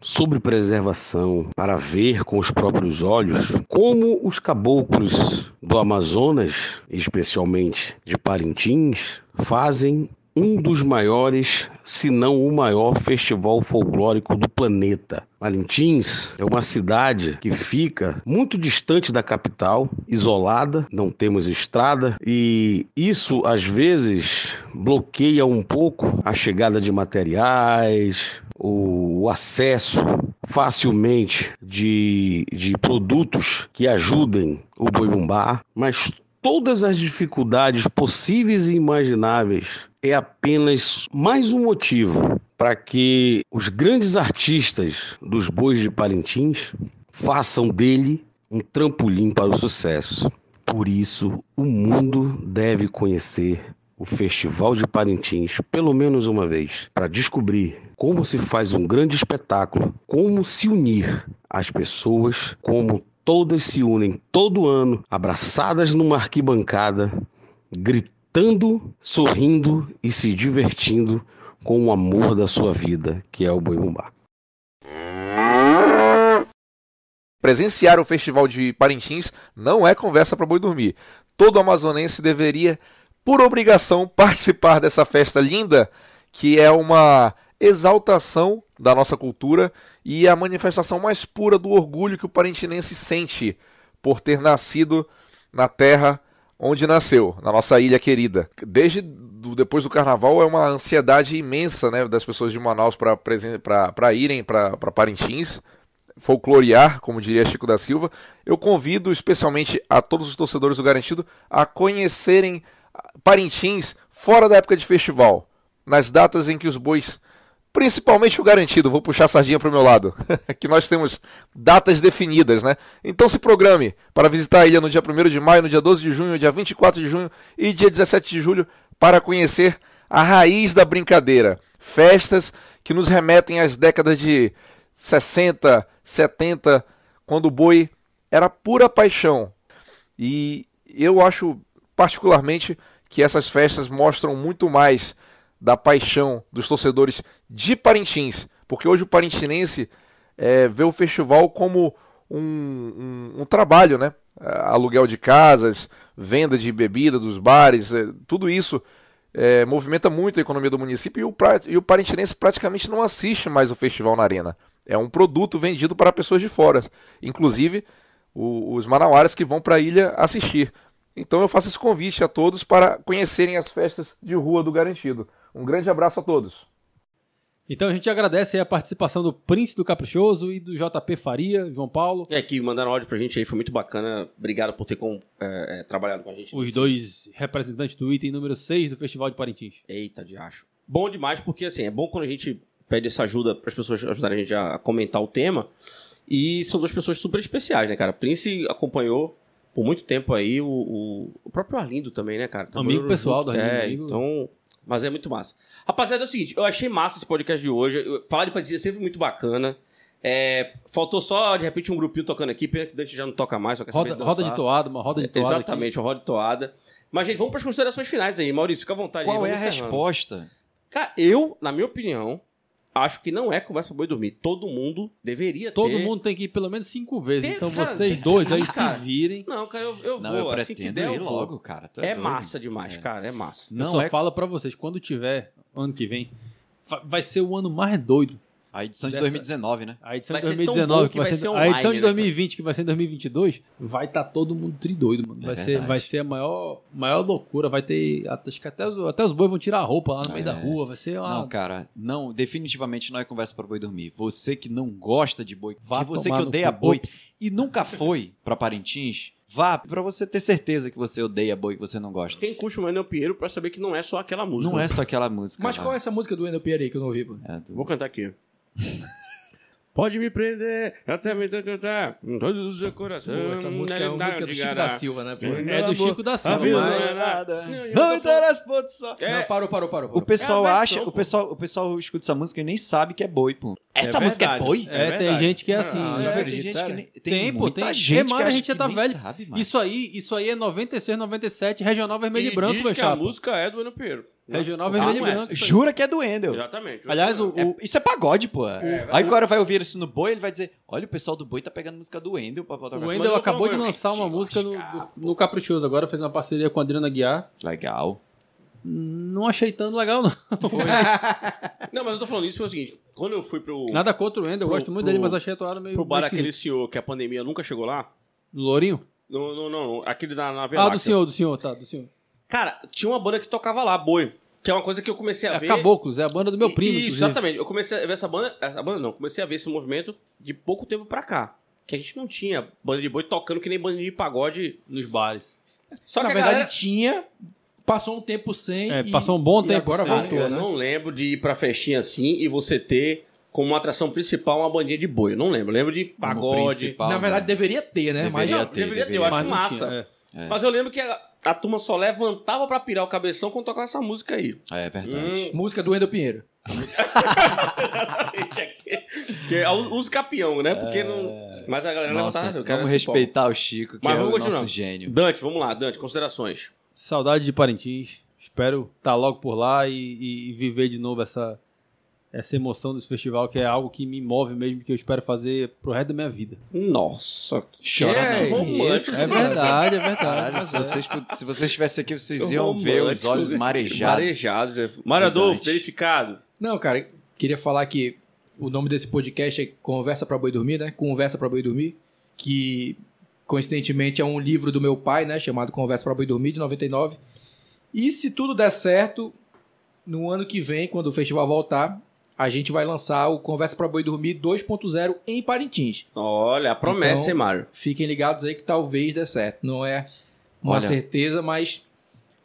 Speaker 9: sobre preservação, para ver com os próprios olhos como os caboclos do Amazonas, especialmente de Parintins, fazem um dos maiores, se não o maior festival folclórico do planeta. Parintins é uma cidade que fica muito distante da capital, isolada, não temos estrada e isso às vezes bloqueia um pouco a chegada de materiais, o acesso facilmente de, de produtos que ajudem o boi bumbá, mas todas as dificuldades possíveis e imagináveis é apenas mais um motivo para que os grandes artistas dos bois de Parintins façam dele um trampolim para o sucesso. Por isso, o mundo deve conhecer o Festival de Parintins pelo menos uma vez, para descobrir como se faz um grande espetáculo, como se unir as pessoas, como todas se unem todo ano, abraçadas numa arquibancada, gritando, sorrindo e se divertindo com o amor da sua vida, que é o Boi Bumbá.
Speaker 11: Presenciar o Festival de Parintins não é conversa para boi dormir. Todo amazonense deveria, por obrigação, participar dessa festa linda, que é uma exaltação da nossa cultura e a manifestação mais pura do orgulho que o parintinense sente por ter nascido na terra onde nasceu, na nossa ilha querida. Desde do- depois do carnaval é uma ansiedade imensa né, das pessoas de Manaus para irem para Parintins folclorear, como diria Chico da Silva, eu convido especialmente a todos os torcedores do Garantido a conhecerem Parintins fora da época de festival, nas datas em que os bois, principalmente o Garantido, vou puxar a sardinha para o meu lado, que nós temos datas definidas, né? Então se programe para visitar a ilha no dia 1 de maio, no dia 12 de junho, dia 24 de junho e dia 17 de julho para conhecer a raiz da brincadeira. Festas que nos remetem às décadas de 60, 70, quando o boi era pura paixão. E eu acho particularmente que essas festas mostram muito mais da paixão dos torcedores de Parintins, porque hoje o parintinense eh, vê o festival como um, um- um trabalho, né? Ah, Aluguel de casas, venda de bebida dos bares, eh, tudo isso eh, movimenta muito a economia do município e o, pra- e o parintinense praticamente não assiste mais o festival na arena. É um produto vendido para pessoas de fora, inclusive o- os manauaras que vão para a ilha assistir. Então eu faço esse convite a todos para conhecerem as festas de rua do Garantido. Um grande abraço a todos.
Speaker 3: Então a gente agradece aí a participação do Prince do Caprichoso e do JP Faria, João Paulo,
Speaker 10: É, que mandaram áudio pra gente aí, foi muito bacana. Obrigado por ter com- é, é, trabalhado com a gente.
Speaker 3: os
Speaker 10: nisso.
Speaker 3: dois representantes do item número 6 do Festival de Parintins.
Speaker 10: Eita, de acho. Bom demais, porque assim, é bom quando a gente pede essa ajuda para as pessoas ajudarem a gente a comentar o tema. E são duas pessoas super especiais, né, cara? Prince acompanhou por muito tempo aí o, o, o próprio Arlindo também, né, cara?
Speaker 3: Amigo pessoal do Arlindo,
Speaker 10: É,
Speaker 3: amigo.
Speaker 10: então. Mas é muito massa. Rapaziada, é o seguinte, eu achei massa esse podcast de hoje. Eu- falar de partida é sempre muito bacana. É, faltou só, de repente, um grupinho tocando aqui. Pena que Dante já não toca mais, só quer
Speaker 3: Roda,
Speaker 10: saber dançar.
Speaker 3: roda de toada, uma roda de toada. aqui.
Speaker 10: Exatamente, uma roda de toada. Mas, gente, vamos para as considerações finais aí. Maurício, fica à vontade. aí,
Speaker 4: Qual é a
Speaker 10: vamos encerrando.
Speaker 4: resposta?
Speaker 10: Cara, eu, na minha opinião,
Speaker 1: acho que não é conversa pra boi dormir. Todo mundo deveria
Speaker 3: Todo
Speaker 1: ter.
Speaker 3: mundo tem que ir pelo menos cinco vezes.
Speaker 1: Ter-
Speaker 3: então
Speaker 1: cara,
Speaker 3: vocês
Speaker 1: tem que
Speaker 3: dois
Speaker 1: ir,
Speaker 3: aí
Speaker 1: cara.
Speaker 3: se virem.
Speaker 1: Não, cara, eu, eu
Speaker 4: Não,
Speaker 1: vou.
Speaker 4: eu
Speaker 1: assim que
Speaker 4: pretendo
Speaker 1: der,
Speaker 4: ir
Speaker 1: eu vou.
Speaker 4: logo, cara. Tu
Speaker 1: é
Speaker 4: é doido.
Speaker 1: massa demais, cara. É massa.
Speaker 3: eu
Speaker 4: Não,
Speaker 3: só
Speaker 4: é-
Speaker 3: falo pra vocês, quando tiver, ano que vem, fa- vai ser o ano mais doido.
Speaker 4: A edição de
Speaker 3: Dessa-
Speaker 4: 2019, né?
Speaker 3: A edição
Speaker 1: Vai
Speaker 3: de
Speaker 1: ser tão
Speaker 3: 2019,
Speaker 1: bom
Speaker 3: que vai ser,
Speaker 1: online,
Speaker 3: a edição de
Speaker 1: né,
Speaker 3: 2020, que vai ser em 2022, vai estar todo mundo tridoido, mano.
Speaker 4: É
Speaker 3: Vai, ser,
Speaker 4: verdade.
Speaker 3: vai ser a maior, maior loucura. Vai ter. Acho que até os, até os bois vão tirar a roupa lá no meio da rua. Vai ser uma.
Speaker 4: Não, cara, não, definitivamente não é conversa pra boi dormir. Você que não gosta de boi,
Speaker 3: Vá
Speaker 4: que você que
Speaker 3: tomar no
Speaker 4: odeia
Speaker 3: cu.
Speaker 4: boi
Speaker 3: Ops.
Speaker 4: e nunca foi pra Parintins, vá pra você ter certeza que você odeia boi que você não gosta.
Speaker 1: Quem curte o Manuel Pinheiro pra saber que não é só aquela música.
Speaker 4: Não é só aquela música.
Speaker 5: Mas
Speaker 4: lá.
Speaker 5: qual é essa música do Wendel Pierre aí que eu não ouvi, pô?
Speaker 4: É do-
Speaker 1: Vou cantar aqui. Pode me prender até me cantar com todo o seu coração. tá
Speaker 5: Essa música é uma música do Chico da Silva, né, pô?
Speaker 1: É
Speaker 3: É do Chico da Silva,
Speaker 1: vida
Speaker 3: mas-
Speaker 1: não é
Speaker 4: nada.
Speaker 1: Não, eu
Speaker 4: Não
Speaker 1: tô
Speaker 4: interessa, pô, só.
Speaker 5: É. Não, parou, parou, parou.
Speaker 4: O
Speaker 5: parou.
Speaker 4: pessoal
Speaker 1: É a versão,
Speaker 4: acha,
Speaker 1: pô.
Speaker 4: o pessoal, o pessoal escuta essa música e nem sabe que é boi, pô. Essa música é
Speaker 1: verdade.
Speaker 4: boi?
Speaker 3: É,
Speaker 1: É
Speaker 3: tem
Speaker 1: verdade.
Speaker 3: gente que é assim.
Speaker 5: Ah,
Speaker 3: né?
Speaker 5: não
Speaker 4: tem
Speaker 5: acredito,
Speaker 4: gente
Speaker 5: sério?
Speaker 4: que nem-
Speaker 3: Tem, pô,
Speaker 4: muita
Speaker 3: tem.
Speaker 4: gente
Speaker 3: É,
Speaker 4: que
Speaker 3: mano, a
Speaker 4: acha
Speaker 3: gente já
Speaker 4: que
Speaker 3: tá
Speaker 4: nem
Speaker 3: velho.
Speaker 4: sabe, mano.
Speaker 3: Isso aí, isso aí é 96, 97, regional vermelho e, é branco,
Speaker 1: diz
Speaker 3: meu
Speaker 1: que a
Speaker 3: chapa.
Speaker 1: música é do Manuel Pinheiro.
Speaker 3: Regional
Speaker 1: Não,
Speaker 3: vermelho
Speaker 1: não
Speaker 3: e
Speaker 1: é.
Speaker 3: branco. isso aí.
Speaker 4: Jura que é do Endel.
Speaker 1: Exatamente.
Speaker 3: Aliás, o,
Speaker 4: É-
Speaker 3: o-
Speaker 4: isso é pagode, pô. Aí o cara vai ouvir isso no boi, ele vai dizer: Olha, o pessoal do boi tá pegando música do Endel pra botar
Speaker 3: o
Speaker 4: pra-
Speaker 3: Wendel
Speaker 1: eu
Speaker 3: acabou de
Speaker 1: falo,
Speaker 3: lançar uma
Speaker 4: te
Speaker 3: música no,
Speaker 4: lascar,
Speaker 3: no Caprichoso agora, fez uma parceria com a Adriana Guiar.
Speaker 4: Legal.
Speaker 3: Não achei tão legal, não.
Speaker 1: Não, mas eu tô falando isso pelo seguinte. Quando eu fui pro,
Speaker 3: Nada contra o Wendel, eu
Speaker 1: Pro-
Speaker 3: gosto muito
Speaker 1: pro-
Speaker 3: dele, mas achei a toada meio.
Speaker 1: pro bar
Speaker 3: meio
Speaker 1: daquele senhor que a pandemia nunca chegou lá...
Speaker 3: esquisita. Lourinho?
Speaker 1: Não, não, não. não, Aquele da na
Speaker 3: Ah,
Speaker 1: Veláquia.
Speaker 3: do senhor, do senhor, tá, do senhor.
Speaker 1: Cara, tinha uma banda que tocava lá, Boi. Que é uma coisa que eu comecei a
Speaker 3: É
Speaker 1: ver...
Speaker 3: Caboclos, é a banda do meu
Speaker 1: E-
Speaker 3: primo.
Speaker 1: Isso,
Speaker 3: inclusive.
Speaker 1: exatamente. Eu comecei a ver essa banda. Essa banda não, comecei a ver esse movimento de pouco tempo pra cá. Que a gente não tinha banda de boi tocando que nem banda de pagode.
Speaker 3: Nos bares.
Speaker 1: Só
Speaker 5: Na
Speaker 1: que a
Speaker 5: verdade,
Speaker 1: galera-
Speaker 5: tinha, passou um tempo sem.
Speaker 3: É,
Speaker 5: e-
Speaker 3: passou um bom
Speaker 5: e
Speaker 3: tempo
Speaker 5: agora
Speaker 3: sem,
Speaker 5: voltou,
Speaker 1: eu
Speaker 5: né?
Speaker 1: não lembro de ir pra festinha assim e você ter como atração principal uma bandinha de boi. Eu não lembro. Eu lembro de
Speaker 4: Como
Speaker 1: pagode.
Speaker 4: principal,
Speaker 5: Na verdade,
Speaker 4: né?
Speaker 5: deveria ter, né? Mas
Speaker 4: Deveria
Speaker 1: Não,
Speaker 4: ter,
Speaker 1: deveria ter, eu
Speaker 4: deveria.
Speaker 1: acho
Speaker 3: Mas não
Speaker 1: massa.
Speaker 3: tinha, é.
Speaker 4: É.
Speaker 1: Mas eu lembro que a, a turma só levantava pra pirar o cabeção quando tocava essa música aí.
Speaker 4: É verdade.
Speaker 1: Hum,
Speaker 5: música do Wendel Pinheiro.
Speaker 1: que é o- os capião, né? Porque não. Mas a galera
Speaker 4: É. Nossa,
Speaker 1: levantava. eu quero
Speaker 4: vamos
Speaker 1: esse pau.
Speaker 4: respeitar o Chico, que
Speaker 1: Mas
Speaker 4: é o
Speaker 1: vamos continuar.
Speaker 4: nosso gênio.
Speaker 1: Dante, vamos lá, Dante, considerações.
Speaker 3: Saudade de Parintins. Espero estar logo por lá e, e- e viver de novo essa, essa emoção desse festival, que é algo que me move mesmo, que eu espero fazer pro resto da minha vida.
Speaker 1: Nossa,
Speaker 4: Chora
Speaker 5: É,
Speaker 4: não.
Speaker 1: romântico. né?
Speaker 3: É verdade, é verdade.
Speaker 4: Caralho, se vocês, se vocês estivessem aqui, vocês
Speaker 1: Vocês
Speaker 4: iam ver os olhos marejados.
Speaker 1: Marejados, é. Marador,
Speaker 4: Dante.
Speaker 1: né? verificado.
Speaker 5: Não, cara, queria falar que o nome desse podcast é Conversa pra Boi Dormir, né? Conversa pra Boi Dormir, que coincidentemente é um livro do meu pai, né? Chamado Conversa pra Boi Dormir, de 99. E se tudo der certo, no ano que vem, quando o festival voltar, a gente vai lançar o Conversa pra Boi Dormir 2.0 em Parintins.
Speaker 1: Olha, a promessa,
Speaker 5: Então-
Speaker 1: hein, Mário?
Speaker 5: Fiquem ligados aí que talvez dê certo. Não é uma
Speaker 4: Olha.
Speaker 5: certeza, mas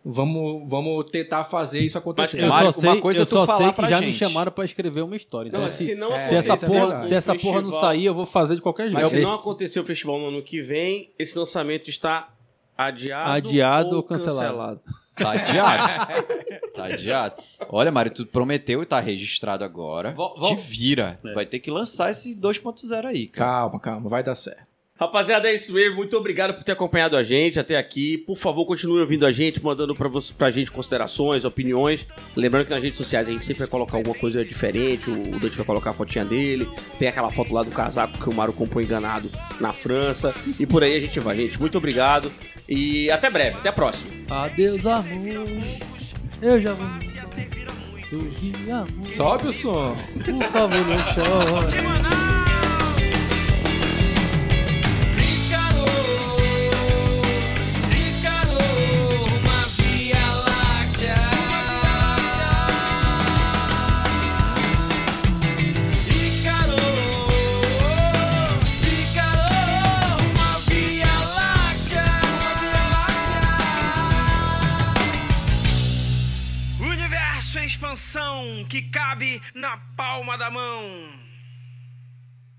Speaker 5: vamos, vamos tentar fazer isso acontecer.
Speaker 3: Eu
Speaker 4: Mário,
Speaker 3: só sei,
Speaker 4: uma coisa
Speaker 3: eu
Speaker 4: é tu
Speaker 3: só
Speaker 4: falar
Speaker 3: sei que
Speaker 4: pra
Speaker 3: já me
Speaker 4: gente.
Speaker 3: chamaram pra escrever uma história. Então, se,
Speaker 1: não
Speaker 5: é,
Speaker 3: se essa
Speaker 5: isso é
Speaker 3: porra,
Speaker 5: verdade.
Speaker 3: se essa porra não sair, eu vou fazer de qualquer jeito.
Speaker 1: Mas se não acontecer o festival no ano que vem, esse lançamento está adiado,
Speaker 3: Adiado ou cancelado.
Speaker 4: Tá adiado. tá adiado. Olha, Mário, tu prometeu e tá registrado agora. Te vira. Tu Vai ter que lançar esse 2.0 aí, cara.
Speaker 5: Calma, calma, vai dar certo.
Speaker 1: Rapaziada, é isso mesmo. Muito obrigado por ter acompanhado a gente até aqui. Por favor, continue ouvindo a gente, mandando pra, você, pra gente considerações, opiniões. Lembrando que nas redes sociais a gente sempre vai colocar alguma coisa diferente. O o Dante vai colocar a fotinha dele. Tem aquela foto lá do casaco que o Mário comprou enganado na França. E por aí a gente vai, gente. Muito obrigado. E até breve. Até a próxima.
Speaker 3: Adeus, amor. Eu já vou. Surgir amor.
Speaker 5: Sobe o som.
Speaker 3: Por favor, não chore.
Speaker 9: Universo em expansão que cabe na palma da mão.